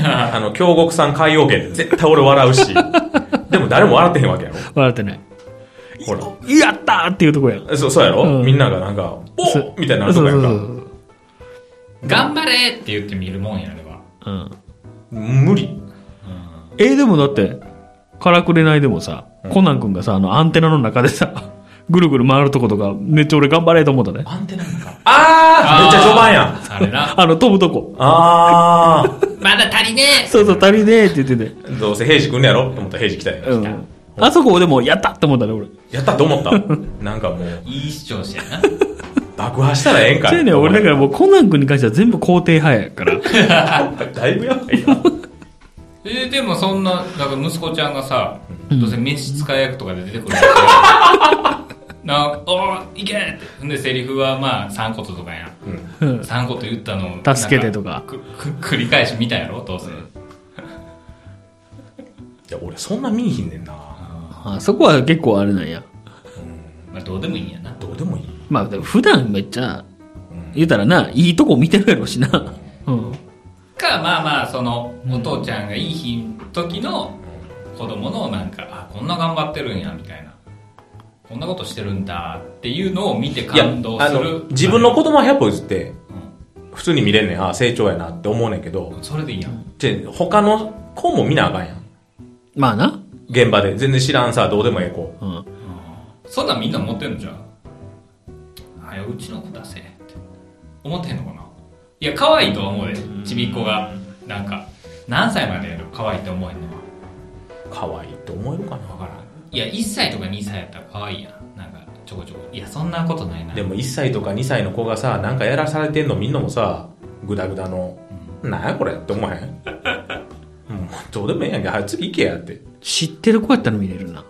[SPEAKER 1] あの、京極さん海洋圏で絶対俺笑うし、でも誰も笑ってへんわけやろ。
[SPEAKER 2] 笑ってない。
[SPEAKER 1] ほら。
[SPEAKER 2] やったーっていうとこやん。
[SPEAKER 1] そう、そうやろ、
[SPEAKER 2] うん
[SPEAKER 1] みんながなんか、お
[SPEAKER 2] そう
[SPEAKER 1] みたいになるとかやんか。
[SPEAKER 2] そうそうそう
[SPEAKER 3] 頑張れって言ってみるもんや、あれは。
[SPEAKER 2] そううん。
[SPEAKER 1] 無理。
[SPEAKER 2] えーでもだって、からくれないでもさ、コナン君がさ、あの、アンテナの中でさ、 (laughs) ぐるぐる回るとことか、めっちゃ俺頑張れと思ったね。
[SPEAKER 1] アンテナなんか。あーめっちゃ序盤やん。
[SPEAKER 3] あ
[SPEAKER 1] (laughs)
[SPEAKER 3] れな。
[SPEAKER 2] あの、飛ぶとこ。
[SPEAKER 1] あー。
[SPEAKER 3] まだ足りねえ
[SPEAKER 2] そうそう、足りねえって言ってて。
[SPEAKER 1] どうせ平次来んねやろと思ったら平次来たよ、
[SPEAKER 2] うん。あそこでも、やったって思ったね、俺。
[SPEAKER 1] やったと思
[SPEAKER 2] (laughs)
[SPEAKER 1] ったなんかもう
[SPEAKER 3] いい視聴者やな。
[SPEAKER 1] 爆破したらええん
[SPEAKER 2] (laughs)
[SPEAKER 1] か
[SPEAKER 2] そうやねん俺だからもうコナン君に関しては全部肯定派やから。
[SPEAKER 1] らだいぶやばいな
[SPEAKER 3] えーでもそんな、だから息子ちゃんがさ、どうせ召使い役とかで出てくるわけなんか、おー、いけって。ほんで、セリフはまあ、3こととかやん。
[SPEAKER 2] うん
[SPEAKER 3] 3こと言ったのを。
[SPEAKER 2] 助けてとか
[SPEAKER 3] なんくく繰り返し見たやろ、どうせ。
[SPEAKER 1] いや俺そんな見いひんねんな
[SPEAKER 2] (laughs) あそこは結構あれなんや。
[SPEAKER 3] まあ、どうでもいいんやな。
[SPEAKER 1] どうでもいい
[SPEAKER 2] まあ、でも普段めっちゃ、言うたらな、いいとこ見てるやろしな。うん。
[SPEAKER 3] か、まあまあ、その、お父ちゃんがいい日の時の子供のなんか、あ、こんな頑張ってるんや、みたいな。こんなことしてるんだっていうのを見て
[SPEAKER 1] いや
[SPEAKER 3] 感動
[SPEAKER 1] あ
[SPEAKER 3] す
[SPEAKER 1] の
[SPEAKER 3] る。
[SPEAKER 1] 自分の子供は100歩譲って
[SPEAKER 3] うん
[SPEAKER 1] 普通に見れんねんあ成長やなって思うねんけど
[SPEAKER 3] それでいいやん。
[SPEAKER 1] で他の子も見なあかんやん
[SPEAKER 2] (laughs) まあな。
[SPEAKER 1] 現場で全然知らんさどうでもええ子
[SPEAKER 2] うん。
[SPEAKER 3] そんなんみんな持ってんのじゃん。あよ、うちの子出せ。って思ってんのかないや、可愛いとは思うで。ちびっ子が。なんか、何歳までやる可愛いって思えんのは。
[SPEAKER 1] 可愛いって思えるか
[SPEAKER 3] わ
[SPEAKER 1] な
[SPEAKER 3] からん。いや、1歳とか2歳やったら可愛いやん。なんか、ちょこちょこ。いや、そんなことないな。
[SPEAKER 1] でも1歳とか2歳の子がさなんかやらされてんのみんなもさグダグダのなんやこれって思わへんうんどうでもええやんけはい次行けやって
[SPEAKER 2] 知ってる子やったら見れるな。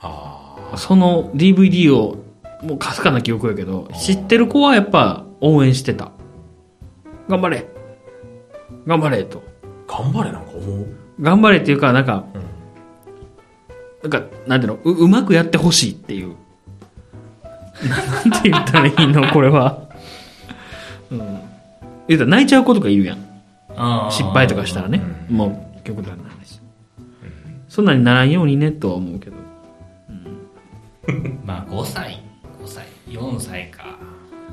[SPEAKER 1] ああ
[SPEAKER 2] その DVD を、もうかすかな記憶やけど、知ってる子はやっぱ応援してた。頑張れ頑張れと。
[SPEAKER 1] 頑張れなんか思う
[SPEAKER 2] 頑張れっていうか、なんか、なんか、なんていうのう、うまくやってほしいっていう。なんて言ったらいいのこれは。うん。言うたら泣いちゃう子とかいるやん。
[SPEAKER 3] あー
[SPEAKER 2] 失敗とかしたらね、もう極端な話、そんなにならんようにねとは思うけど
[SPEAKER 3] まあ5歳5歳4歳か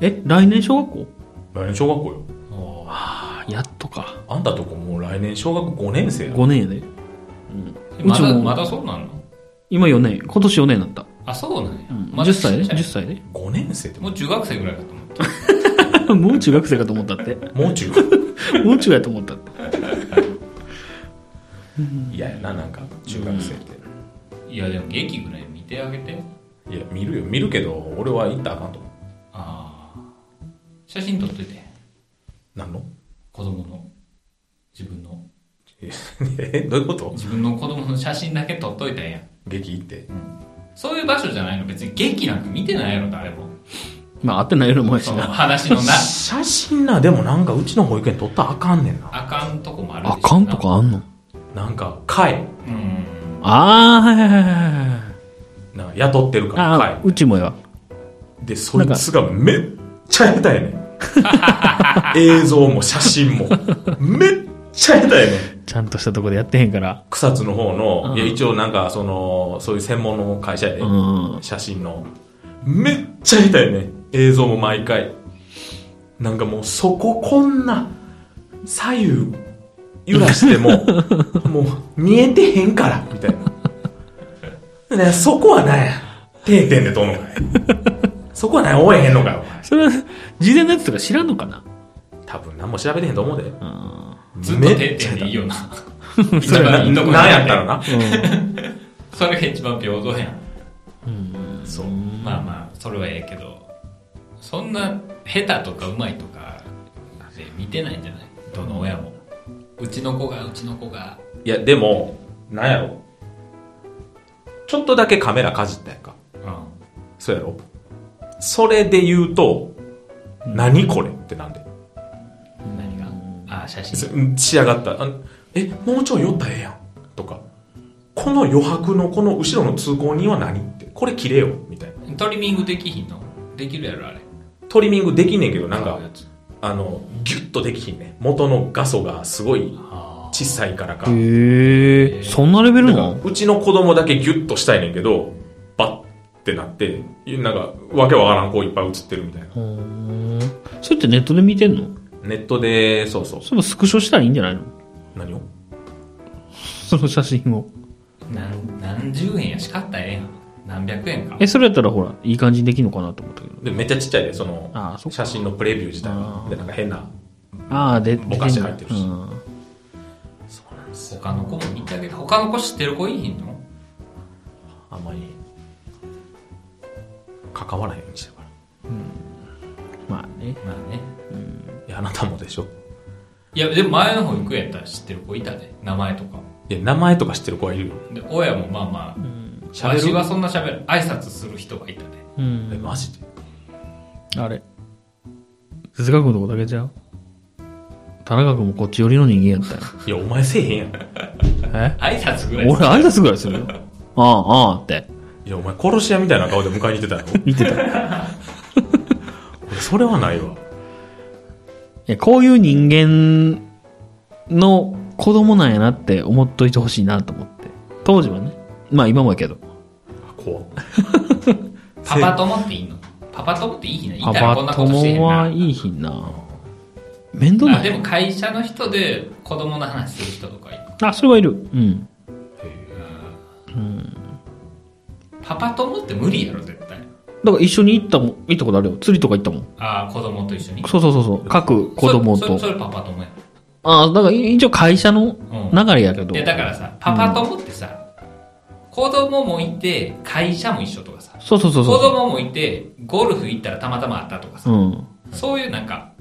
[SPEAKER 2] え来年小学校
[SPEAKER 1] 来年小学校よ。
[SPEAKER 3] も
[SPEAKER 2] あやっとか
[SPEAKER 1] あんたとこもう来年小学5年生や。
[SPEAKER 2] 5年やで
[SPEAKER 3] うま
[SPEAKER 2] うち
[SPEAKER 3] だ
[SPEAKER 2] も
[SPEAKER 3] まだそうなの
[SPEAKER 2] 今4年今年4年になった、
[SPEAKER 3] あそうなんや、
[SPEAKER 2] うん
[SPEAKER 3] まだ
[SPEAKER 2] 10歳で
[SPEAKER 3] ちっちゃい
[SPEAKER 2] 10歳で
[SPEAKER 1] 5年生っても
[SPEAKER 3] もう中学生ぐらいだと思っ
[SPEAKER 2] (laughs)
[SPEAKER 3] た
[SPEAKER 2] もう中学生かと思ったって
[SPEAKER 1] うもう中
[SPEAKER 2] (laughs)
[SPEAKER 1] 学。
[SPEAKER 2] もう中やと思ったって
[SPEAKER 1] いややな、なんか中学生って。
[SPEAKER 3] いやでも劇ぐらい見てあげて
[SPEAKER 1] いや、見るよ。見るけど、俺は行ったらあかんと思う。
[SPEAKER 3] ああ写真撮ってて
[SPEAKER 1] なんの (laughs)
[SPEAKER 3] 子供の自分の
[SPEAKER 1] ええどういうこと
[SPEAKER 3] 自分の子供の写真だけ撮っといたんや
[SPEAKER 1] 劇行って。
[SPEAKER 3] そういう場所じゃないの別に劇なんか見てないやろ誰も
[SPEAKER 2] まあ会ってないよりもやし
[SPEAKER 3] その
[SPEAKER 2] な
[SPEAKER 3] 話のな
[SPEAKER 1] 写真な、でもなんかうちの保育園撮ったらあかんねんな。
[SPEAKER 3] あかんとこもあるでし
[SPEAKER 2] あ
[SPEAKER 3] ょ
[SPEAKER 2] かんとかあんの
[SPEAKER 1] なんか、会。
[SPEAKER 3] うん
[SPEAKER 2] ああはいはいはいはいはい
[SPEAKER 1] なんか雇ってるから、
[SPEAKER 2] あ
[SPEAKER 1] 会
[SPEAKER 2] ー。うちもや
[SPEAKER 1] で、そいつがめっちゃ下手やね
[SPEAKER 2] (laughs)
[SPEAKER 1] ん。映像も写真も。めっちゃ下手やねん。
[SPEAKER 2] ちゃんとしたとこでやってへんから
[SPEAKER 1] 草津の方の、
[SPEAKER 2] うん
[SPEAKER 1] いや一応なんかそのそういう専門の会社やで、
[SPEAKER 2] うん
[SPEAKER 1] 写真のめっちゃ下手やね映像も毎回なんかもうそここんな左右揺らしてももう見えてへんからみたいなねそこはなんや定点で撮んのかいそこはなんや応えへんのかよ
[SPEAKER 2] それは事前のやつとか知らんのかな
[SPEAKER 1] 多分何も調べてへんと思うで
[SPEAKER 2] うん
[SPEAKER 3] ずっと定点でいいよな
[SPEAKER 1] (laughs)
[SPEAKER 3] 一
[SPEAKER 1] それな
[SPEAKER 3] 番いいとこ
[SPEAKER 1] なんやったらな
[SPEAKER 3] それが一番平等やん
[SPEAKER 2] うん
[SPEAKER 1] そう
[SPEAKER 3] まあまあそれはええけどそんな下手とかうまいとかで見てないんじゃないどの親もうちの子がうちの子が
[SPEAKER 1] いや、でも、なんやろ。ちょっとだけカメラかじったやんか。
[SPEAKER 3] うん
[SPEAKER 1] そうやろ。それで言うと、何これってなんで。
[SPEAKER 3] 何があ写
[SPEAKER 1] せ
[SPEAKER 3] 真
[SPEAKER 1] うん仕上がった。あのえ、もうちょい寄ったらええやん。とか。この余白のこの後ろの通行人は何って。これ切れよ。みたいな。
[SPEAKER 3] トリミングできひんのできるやろあれ
[SPEAKER 1] トリミングできんねんけど、なん
[SPEAKER 3] 買
[SPEAKER 1] か
[SPEAKER 3] う、やつ
[SPEAKER 1] あの、ギュッとできひんねん。元の画素がすごい
[SPEAKER 3] あ
[SPEAKER 1] 小さいからか。
[SPEAKER 2] へえそんなレベルなの
[SPEAKER 1] うちの子供だけギュッとしたいねんけど、バッってなって、なんか、わけわからん子いっぱい映ってるみたいな。
[SPEAKER 2] うんそれってネットで見てんの
[SPEAKER 1] ネットで、そうそう。
[SPEAKER 2] それもスクショしたらいいんじゃないの
[SPEAKER 1] 何を
[SPEAKER 2] その写真を
[SPEAKER 3] ーなん何十円やしかったらええやん何百円か
[SPEAKER 2] えそれやったらほらいい感じにできるのかなと思ったけど
[SPEAKER 1] で、めっちゃちっちゃいで、その
[SPEAKER 2] ああ、そっか
[SPEAKER 1] 写真のプレビュー自体
[SPEAKER 2] あ
[SPEAKER 1] は。
[SPEAKER 2] あ
[SPEAKER 1] で、なんか変な。
[SPEAKER 2] ああで
[SPEAKER 1] ぼかして入ってるし
[SPEAKER 2] 出んだ
[SPEAKER 3] 他の子も見てあげて他の子知ってる子いいひんの
[SPEAKER 1] あんまり、関わらへんようにしてるか
[SPEAKER 2] うんまあね
[SPEAKER 3] まあね
[SPEAKER 1] ら。いや、あなたもでしょ。
[SPEAKER 3] いやでも前の保育園やったら知ってる子いたで名前とか
[SPEAKER 1] いや、名前とか知ってる子はいるよ。
[SPEAKER 3] で親もまあまあ
[SPEAKER 1] 喋
[SPEAKER 3] 私
[SPEAKER 1] る
[SPEAKER 3] はそんな喋る挨拶する人がいたで
[SPEAKER 2] う
[SPEAKER 1] え、
[SPEAKER 2] ん
[SPEAKER 1] マジで
[SPEAKER 2] あれ哲学のとこだけちゃう田中君もこっち寄りの人間やっ
[SPEAKER 1] いや、お前せえへんやん。
[SPEAKER 2] た (laughs) よ
[SPEAKER 3] 挨拶ぐら
[SPEAKER 2] え
[SPEAKER 3] い
[SPEAKER 2] 俺挨拶ぐらいす
[SPEAKER 3] (laughs)
[SPEAKER 2] るよああああって
[SPEAKER 1] いや、お前殺し屋みたいな顔で迎えに行ってたの
[SPEAKER 2] (laughs) 言ってたい
[SPEAKER 1] 俺、 (laughs) それはないわ。
[SPEAKER 2] やこういう人間の子供なんやなって思っといてほしいなと思って当時はねまあ今もやけど
[SPEAKER 1] あ怖っ
[SPEAKER 3] パパ友っていいのパパ友っていいひんないた
[SPEAKER 2] パ
[SPEAKER 3] らこんな
[SPEAKER 2] パ
[SPEAKER 3] ことしてへん
[SPEAKER 2] 友
[SPEAKER 3] な
[SPEAKER 2] はいいひんな面倒
[SPEAKER 3] あ
[SPEAKER 2] な
[SPEAKER 3] で
[SPEAKER 2] い
[SPEAKER 3] も会社の人で子供の話する人とかいる
[SPEAKER 2] あそれはいるうん
[SPEAKER 3] パパ友って無理やろ絶対
[SPEAKER 2] だから一緒に行ったもん行ったことあるよ釣りとか行ったもん
[SPEAKER 3] ああ子供と一緒に
[SPEAKER 2] そうそうそうそう各子供
[SPEAKER 3] それ
[SPEAKER 2] と
[SPEAKER 3] それそれパパ友や
[SPEAKER 2] ああだから一応会社の
[SPEAKER 3] うん
[SPEAKER 2] 流れやけど、
[SPEAKER 3] でだからさパパ友ってさ、子供もいて会社も一緒とかさ
[SPEAKER 2] そうそうそう
[SPEAKER 3] 子
[SPEAKER 2] そ
[SPEAKER 3] 供もいてゴルフ行ったらたまたま会ったとかさ
[SPEAKER 2] う、うん、
[SPEAKER 3] そういうなんか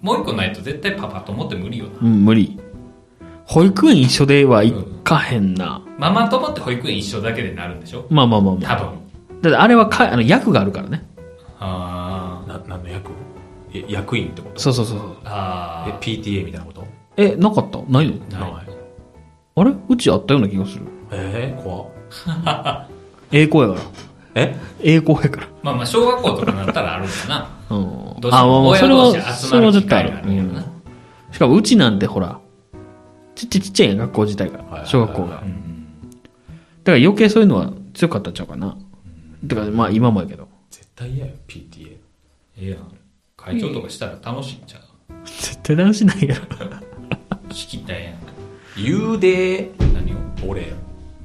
[SPEAKER 3] もう一個ないと絶対パパ友って無理よな
[SPEAKER 2] うん、無理保育園一緒では行かへんな、
[SPEAKER 3] ママ友って保育園一緒だけでなるんでしょ
[SPEAKER 2] まあまあまあまあ
[SPEAKER 3] 多分
[SPEAKER 2] だってあれはかあの役があるからね
[SPEAKER 3] あ
[SPEAKER 1] な、何の役え、役員ってこと
[SPEAKER 2] そうそうそうそう
[SPEAKER 3] ーあ
[SPEAKER 1] え、
[SPEAKER 3] ー
[SPEAKER 1] PTA みたいなこと
[SPEAKER 2] えなかったないの
[SPEAKER 3] な
[SPEAKER 1] 名
[SPEAKER 3] い
[SPEAKER 1] 前
[SPEAKER 2] あれうちあったような気がする
[SPEAKER 1] えー、怖っ
[SPEAKER 2] 栄光やから
[SPEAKER 1] え
[SPEAKER 2] 栄光やから
[SPEAKER 3] まあまあ小学校とかなったらあるんだな
[SPEAKER 2] うん
[SPEAKER 3] ど
[SPEAKER 2] あ
[SPEAKER 3] うして
[SPEAKER 2] まあ
[SPEAKER 3] も
[SPEAKER 2] まあ
[SPEAKER 3] 親
[SPEAKER 2] それ
[SPEAKER 3] 同
[SPEAKER 2] は
[SPEAKER 3] 士集
[SPEAKER 2] そ
[SPEAKER 3] ま
[SPEAKER 2] れは
[SPEAKER 3] る機
[SPEAKER 2] 絶対あ
[SPEAKER 3] 会
[SPEAKER 2] る
[SPEAKER 3] があ
[SPEAKER 2] う
[SPEAKER 3] るよ
[SPEAKER 2] ん
[SPEAKER 3] な、
[SPEAKER 2] しかもうちなんてほら、ちっちゃいちっちゃいやん学校自体
[SPEAKER 1] はいはいは
[SPEAKER 2] が。
[SPEAKER 1] い
[SPEAKER 2] 小学校が。だから余計そういうのは強かったんちゃうかな。てか、まあ今もやけど。
[SPEAKER 1] 絶対嫌よ PTA
[SPEAKER 3] ええやん。会長とかしたら楽しいんちゃう
[SPEAKER 2] 絶対直しないやろ。
[SPEAKER 3] 仕切ったらえ
[SPEAKER 1] 言うで
[SPEAKER 3] えやん。何を
[SPEAKER 1] 俺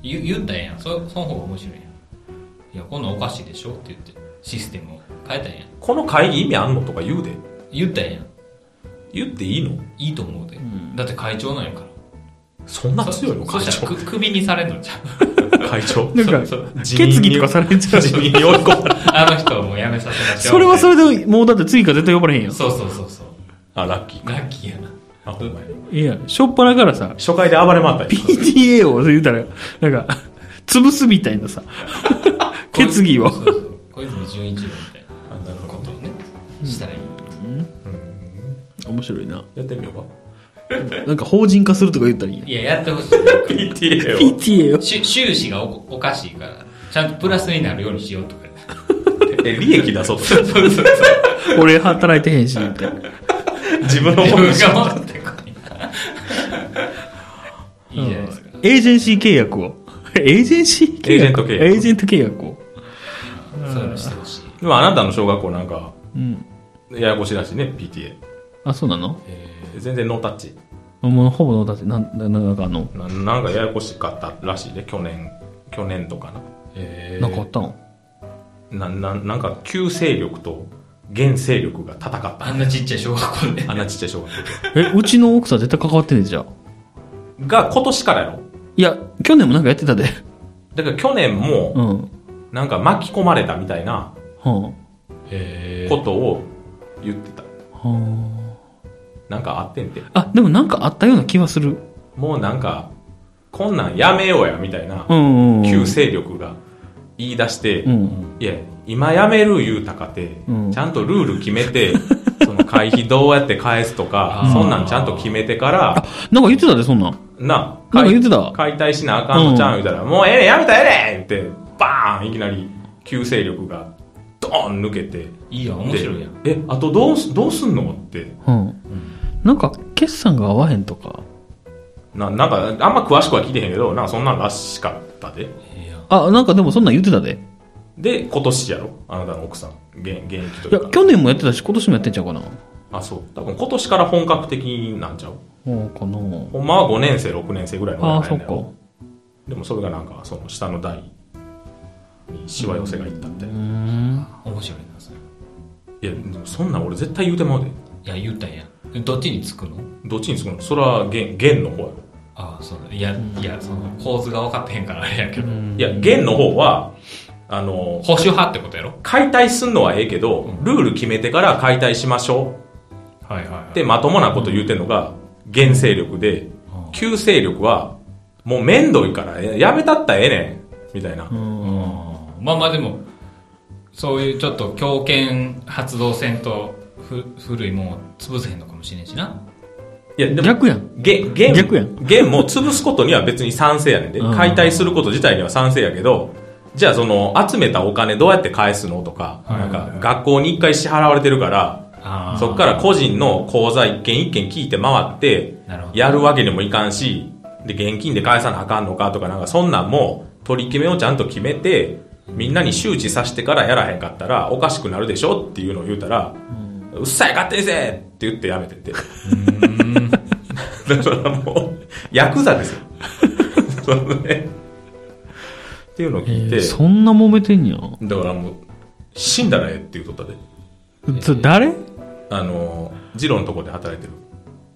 [SPEAKER 3] 言言ったらええやん。そ、その方が面白いやん。いや、こんなんおかしいでしょって言って、システムを変えたらええやん。
[SPEAKER 1] この会議意味あんのとか言うで
[SPEAKER 3] 言ったらええやん。
[SPEAKER 1] 言っていいの
[SPEAKER 3] いいと思うで。だって会長なんやから。
[SPEAKER 1] そんな強いの
[SPEAKER 3] そ
[SPEAKER 1] 会
[SPEAKER 3] そした
[SPEAKER 1] 長
[SPEAKER 3] らく、クビにされんのじゃん。
[SPEAKER 1] 会長
[SPEAKER 2] なんか
[SPEAKER 1] そうそう、
[SPEAKER 2] 決議とかされんちゃう
[SPEAKER 1] 辞任に追い込まれ
[SPEAKER 3] (laughs) あの人はもう辞めさせなきゃ。
[SPEAKER 2] それはそれで、もうだって次から絶対呼ばれへんやん。
[SPEAKER 3] そうそうそうそう。
[SPEAKER 1] あラッキー
[SPEAKER 3] ラッキーやな。
[SPEAKER 1] あほんまや
[SPEAKER 2] いや、しょっぱなからさ、
[SPEAKER 1] 初回で暴れ回ったり
[SPEAKER 2] PTA を言うたら、なんか、潰すみたいな
[SPEAKER 1] (laughs)
[SPEAKER 2] さ、決議を
[SPEAKER 3] そ。うそう小泉純一郎みたい
[SPEAKER 1] あなる
[SPEAKER 3] なこ
[SPEAKER 1] ほ
[SPEAKER 3] と
[SPEAKER 1] ど
[SPEAKER 3] をね、したらいい。
[SPEAKER 2] 面白いな。
[SPEAKER 1] やってみようか
[SPEAKER 2] なんか法人化するとか言ったらいいやん
[SPEAKER 3] いや、やってほしい。
[SPEAKER 1] PTA を
[SPEAKER 2] PTA を。
[SPEAKER 3] し収支がおおかしいから、ちゃんとプラスになるようにしようとか。
[SPEAKER 1] え利益出そうとする
[SPEAKER 3] そうそうそう。
[SPEAKER 2] 俺働いてへんし、みた
[SPEAKER 1] (laughs)
[SPEAKER 2] いな。
[SPEAKER 1] 自分の
[SPEAKER 3] 自
[SPEAKER 1] ものにし
[SPEAKER 3] 分が持ってこい。いいじゃないですか。
[SPEAKER 2] エージェンシー契約を。エージェンシー契約
[SPEAKER 1] エージェント契約
[SPEAKER 2] エージェント契約を。
[SPEAKER 3] そういうのしてほしい。
[SPEAKER 1] でもあなたの小学校なんか
[SPEAKER 2] うん。
[SPEAKER 1] ややこしいらしいね PTA
[SPEAKER 2] あ、そうなの
[SPEAKER 1] 全然ノータッチ
[SPEAKER 2] もうほぼのだって、なん、ななんかあの、
[SPEAKER 1] ななんかややこしかったらしいね去年去年とかな
[SPEAKER 3] え
[SPEAKER 2] なんかあったの
[SPEAKER 1] なななんか旧勢力と現勢力が戦った
[SPEAKER 3] あんなちっちゃい小学校で。
[SPEAKER 1] あんなちっちゃい小学校
[SPEAKER 2] え、うちの奥さん絶対関わってんねんじゃん。
[SPEAKER 1] でが今年からやろ
[SPEAKER 2] いや、去年もなんかやってたで。
[SPEAKER 1] だから去年も
[SPEAKER 2] うん。うん。
[SPEAKER 1] なんか巻き込まれたみたいな
[SPEAKER 2] は
[SPEAKER 3] へ
[SPEAKER 1] ことを言ってた
[SPEAKER 2] あ。
[SPEAKER 1] なんかあってんて
[SPEAKER 2] あ、でもなんかあったような気はする。
[SPEAKER 1] もうなんかこんなんやめようやみたいな
[SPEAKER 2] うんうんうん。
[SPEAKER 1] 旧勢力が言い出して、
[SPEAKER 2] うん。
[SPEAKER 1] いや今やめる言うたかて、
[SPEAKER 2] うん
[SPEAKER 1] ちゃんとルール決め
[SPEAKER 2] (laughs)
[SPEAKER 1] てその会費どうやって返すとか
[SPEAKER 3] あー
[SPEAKER 1] そんなんちゃんと決めてから
[SPEAKER 2] なんか言ってたで、そんなん。
[SPEAKER 1] な
[SPEAKER 2] なんか
[SPEAKER 1] 解
[SPEAKER 2] 言ってた
[SPEAKER 1] 解体しなあかんのちゃうん言うたら、もうええねんやめたらええねんってバーンいきなり旧勢力がドーン抜けて
[SPEAKER 3] いいやん、面白いやん。
[SPEAKER 1] でえあとどうすどうすんのって
[SPEAKER 2] うん。なんか、決算が合わへんとか。
[SPEAKER 1] ななんかあんま詳しくは聞いてへんけどなんかそんなんらしかったで
[SPEAKER 3] ええやん。
[SPEAKER 2] あ、なんかでもそんなん言ってたで。
[SPEAKER 1] で今年やろあなたの奥さん現現役と
[SPEAKER 2] い
[SPEAKER 1] い
[SPEAKER 2] や
[SPEAKER 1] う、か
[SPEAKER 2] 去年もやってたし、今年もやってんちゃうかな。
[SPEAKER 1] あそう多分今年から本格的なんちゃう
[SPEAKER 2] そうかな。
[SPEAKER 1] ほんまは5年生6年生ぐらいの
[SPEAKER 2] ああ、
[SPEAKER 1] 親
[SPEAKER 2] そ
[SPEAKER 1] や
[SPEAKER 2] っ
[SPEAKER 1] ねん
[SPEAKER 2] か。
[SPEAKER 1] よでもそれがなんかその下の代にしわ寄せがいったみたいな、
[SPEAKER 2] う
[SPEAKER 1] い
[SPEAKER 2] ん。
[SPEAKER 3] 面白いな、それ。
[SPEAKER 1] やでもそんなん俺絶対言うてまうで
[SPEAKER 3] いや、言ったんやん。どっちにつくの
[SPEAKER 1] どっちにつくのそれは弦弦の方やろ
[SPEAKER 3] ああ、そうだ。いや、いや、その構図が分かってへんからあれやけど。
[SPEAKER 1] いや弦の方はあの
[SPEAKER 3] 保守派ってことやろ
[SPEAKER 1] 解体すんのはええけどルール決めてから解体しましょ
[SPEAKER 3] はいはいう
[SPEAKER 1] ってまともなこと言うてんのが原勢力で
[SPEAKER 3] うん
[SPEAKER 1] 旧勢力はもうめんどいからややめたったらええねんみたいな、
[SPEAKER 3] うんまあまあでも、そういうちょっと強権発動戦とふ古いもんを潰せへんのかもしれんしな。
[SPEAKER 1] いやでも
[SPEAKER 2] 逆やん。
[SPEAKER 1] げ弦
[SPEAKER 2] 逆やん
[SPEAKER 1] 弦も潰すことには別に賛成やねんで、
[SPEAKER 2] うん
[SPEAKER 1] 解体すること自体には賛成やけどじゃあその集めたお金どうやって返すのとか,、
[SPEAKER 3] はいはいはい
[SPEAKER 1] なんか学校に一回支払われてるから
[SPEAKER 3] あー
[SPEAKER 1] そっから個人の口座一件一件聞いて回って
[SPEAKER 3] なるほど
[SPEAKER 1] やるわけにもいかんしで現金で返さなあかんのかとかなんかそんなんも取り決めをちゃんと決めてみんなに周知させてからやらへんかったらおかしくなるでしょっていうのを言うたら、うっさい勝手にせえって言ってやめてって。 (laughs) だからもう、ヤクザですよ。そう (laughs) ね。っていうのを聞いて、
[SPEAKER 2] えーそんな揉めてんやん。
[SPEAKER 1] だからもう、死んだらええっていうことで、
[SPEAKER 2] そ誰
[SPEAKER 1] あの、ジロのとこで働いてる。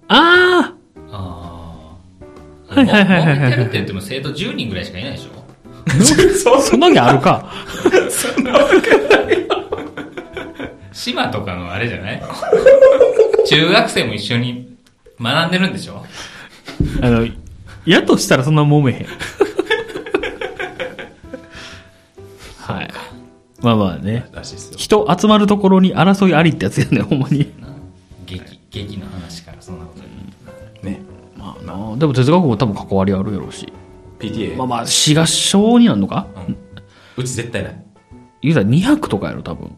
[SPEAKER 2] ああ
[SPEAKER 3] ああ。
[SPEAKER 2] はいはいはいはいはい
[SPEAKER 3] もう揉めてるって言っても生徒10人ぐらいしかいないでしょ
[SPEAKER 1] そう
[SPEAKER 2] そんなわけあるか。 (laughs)
[SPEAKER 3] 島とかのあれじゃない中学生も一緒に学んでるんでしょ
[SPEAKER 2] あの、やとしたらそんな揉めへん。はい。まあまあね。
[SPEAKER 1] らしいですよ。
[SPEAKER 2] 人集まるところに争いありってやつやね、ほんまに。
[SPEAKER 3] 劇、劇の話からそんなことに。
[SPEAKER 1] ね。
[SPEAKER 2] まあなでも哲学部も多分関わりあるやろうし。
[SPEAKER 1] PTA、
[SPEAKER 2] まあまあ、市が小になるのか
[SPEAKER 1] うんうち絶対ない。
[SPEAKER 2] 言うたら200とかやろ、多分。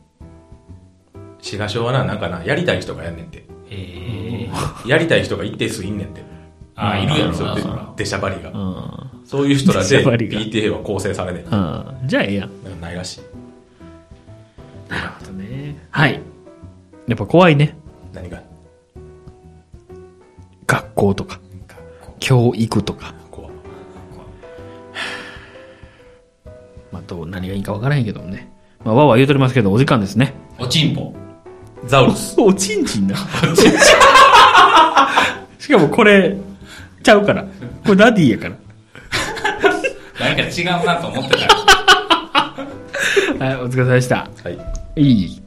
[SPEAKER 1] 志賀賞はな、なんかな、やりたい人がやんねんて。
[SPEAKER 3] え
[SPEAKER 1] やりたい人が一定数いんねんて。
[SPEAKER 3] あーいるやろな
[SPEAKER 1] そう
[SPEAKER 3] そら
[SPEAKER 1] 出しゃばりが
[SPEAKER 2] う。ん。
[SPEAKER 1] そういう人ら
[SPEAKER 2] 出し
[SPEAKER 1] で
[SPEAKER 2] ゃばりが
[SPEAKER 1] PTA は構成されね
[SPEAKER 2] うん。じゃあええやん。
[SPEAKER 1] え。なんかないらしい。
[SPEAKER 2] なるほどね。はい。やっぱ怖いね。
[SPEAKER 1] 何が
[SPEAKER 2] 学校とか、
[SPEAKER 3] ー学校
[SPEAKER 2] 教育とか。
[SPEAKER 1] 怖い
[SPEAKER 2] まあ、どう、何がいいか分からへんけどもね。まあ、わーわー言うとりますけど、お時間ですね。
[SPEAKER 3] おちんぽ。
[SPEAKER 1] ザウルス。
[SPEAKER 2] おちんちんな。 (laughs) しかもこれ、ちゃうから。これダディやから。
[SPEAKER 3] 何か違うなと思ってた。
[SPEAKER 2] (laughs) はい、お疲れ様でした。
[SPEAKER 1] はい。
[SPEAKER 2] いい。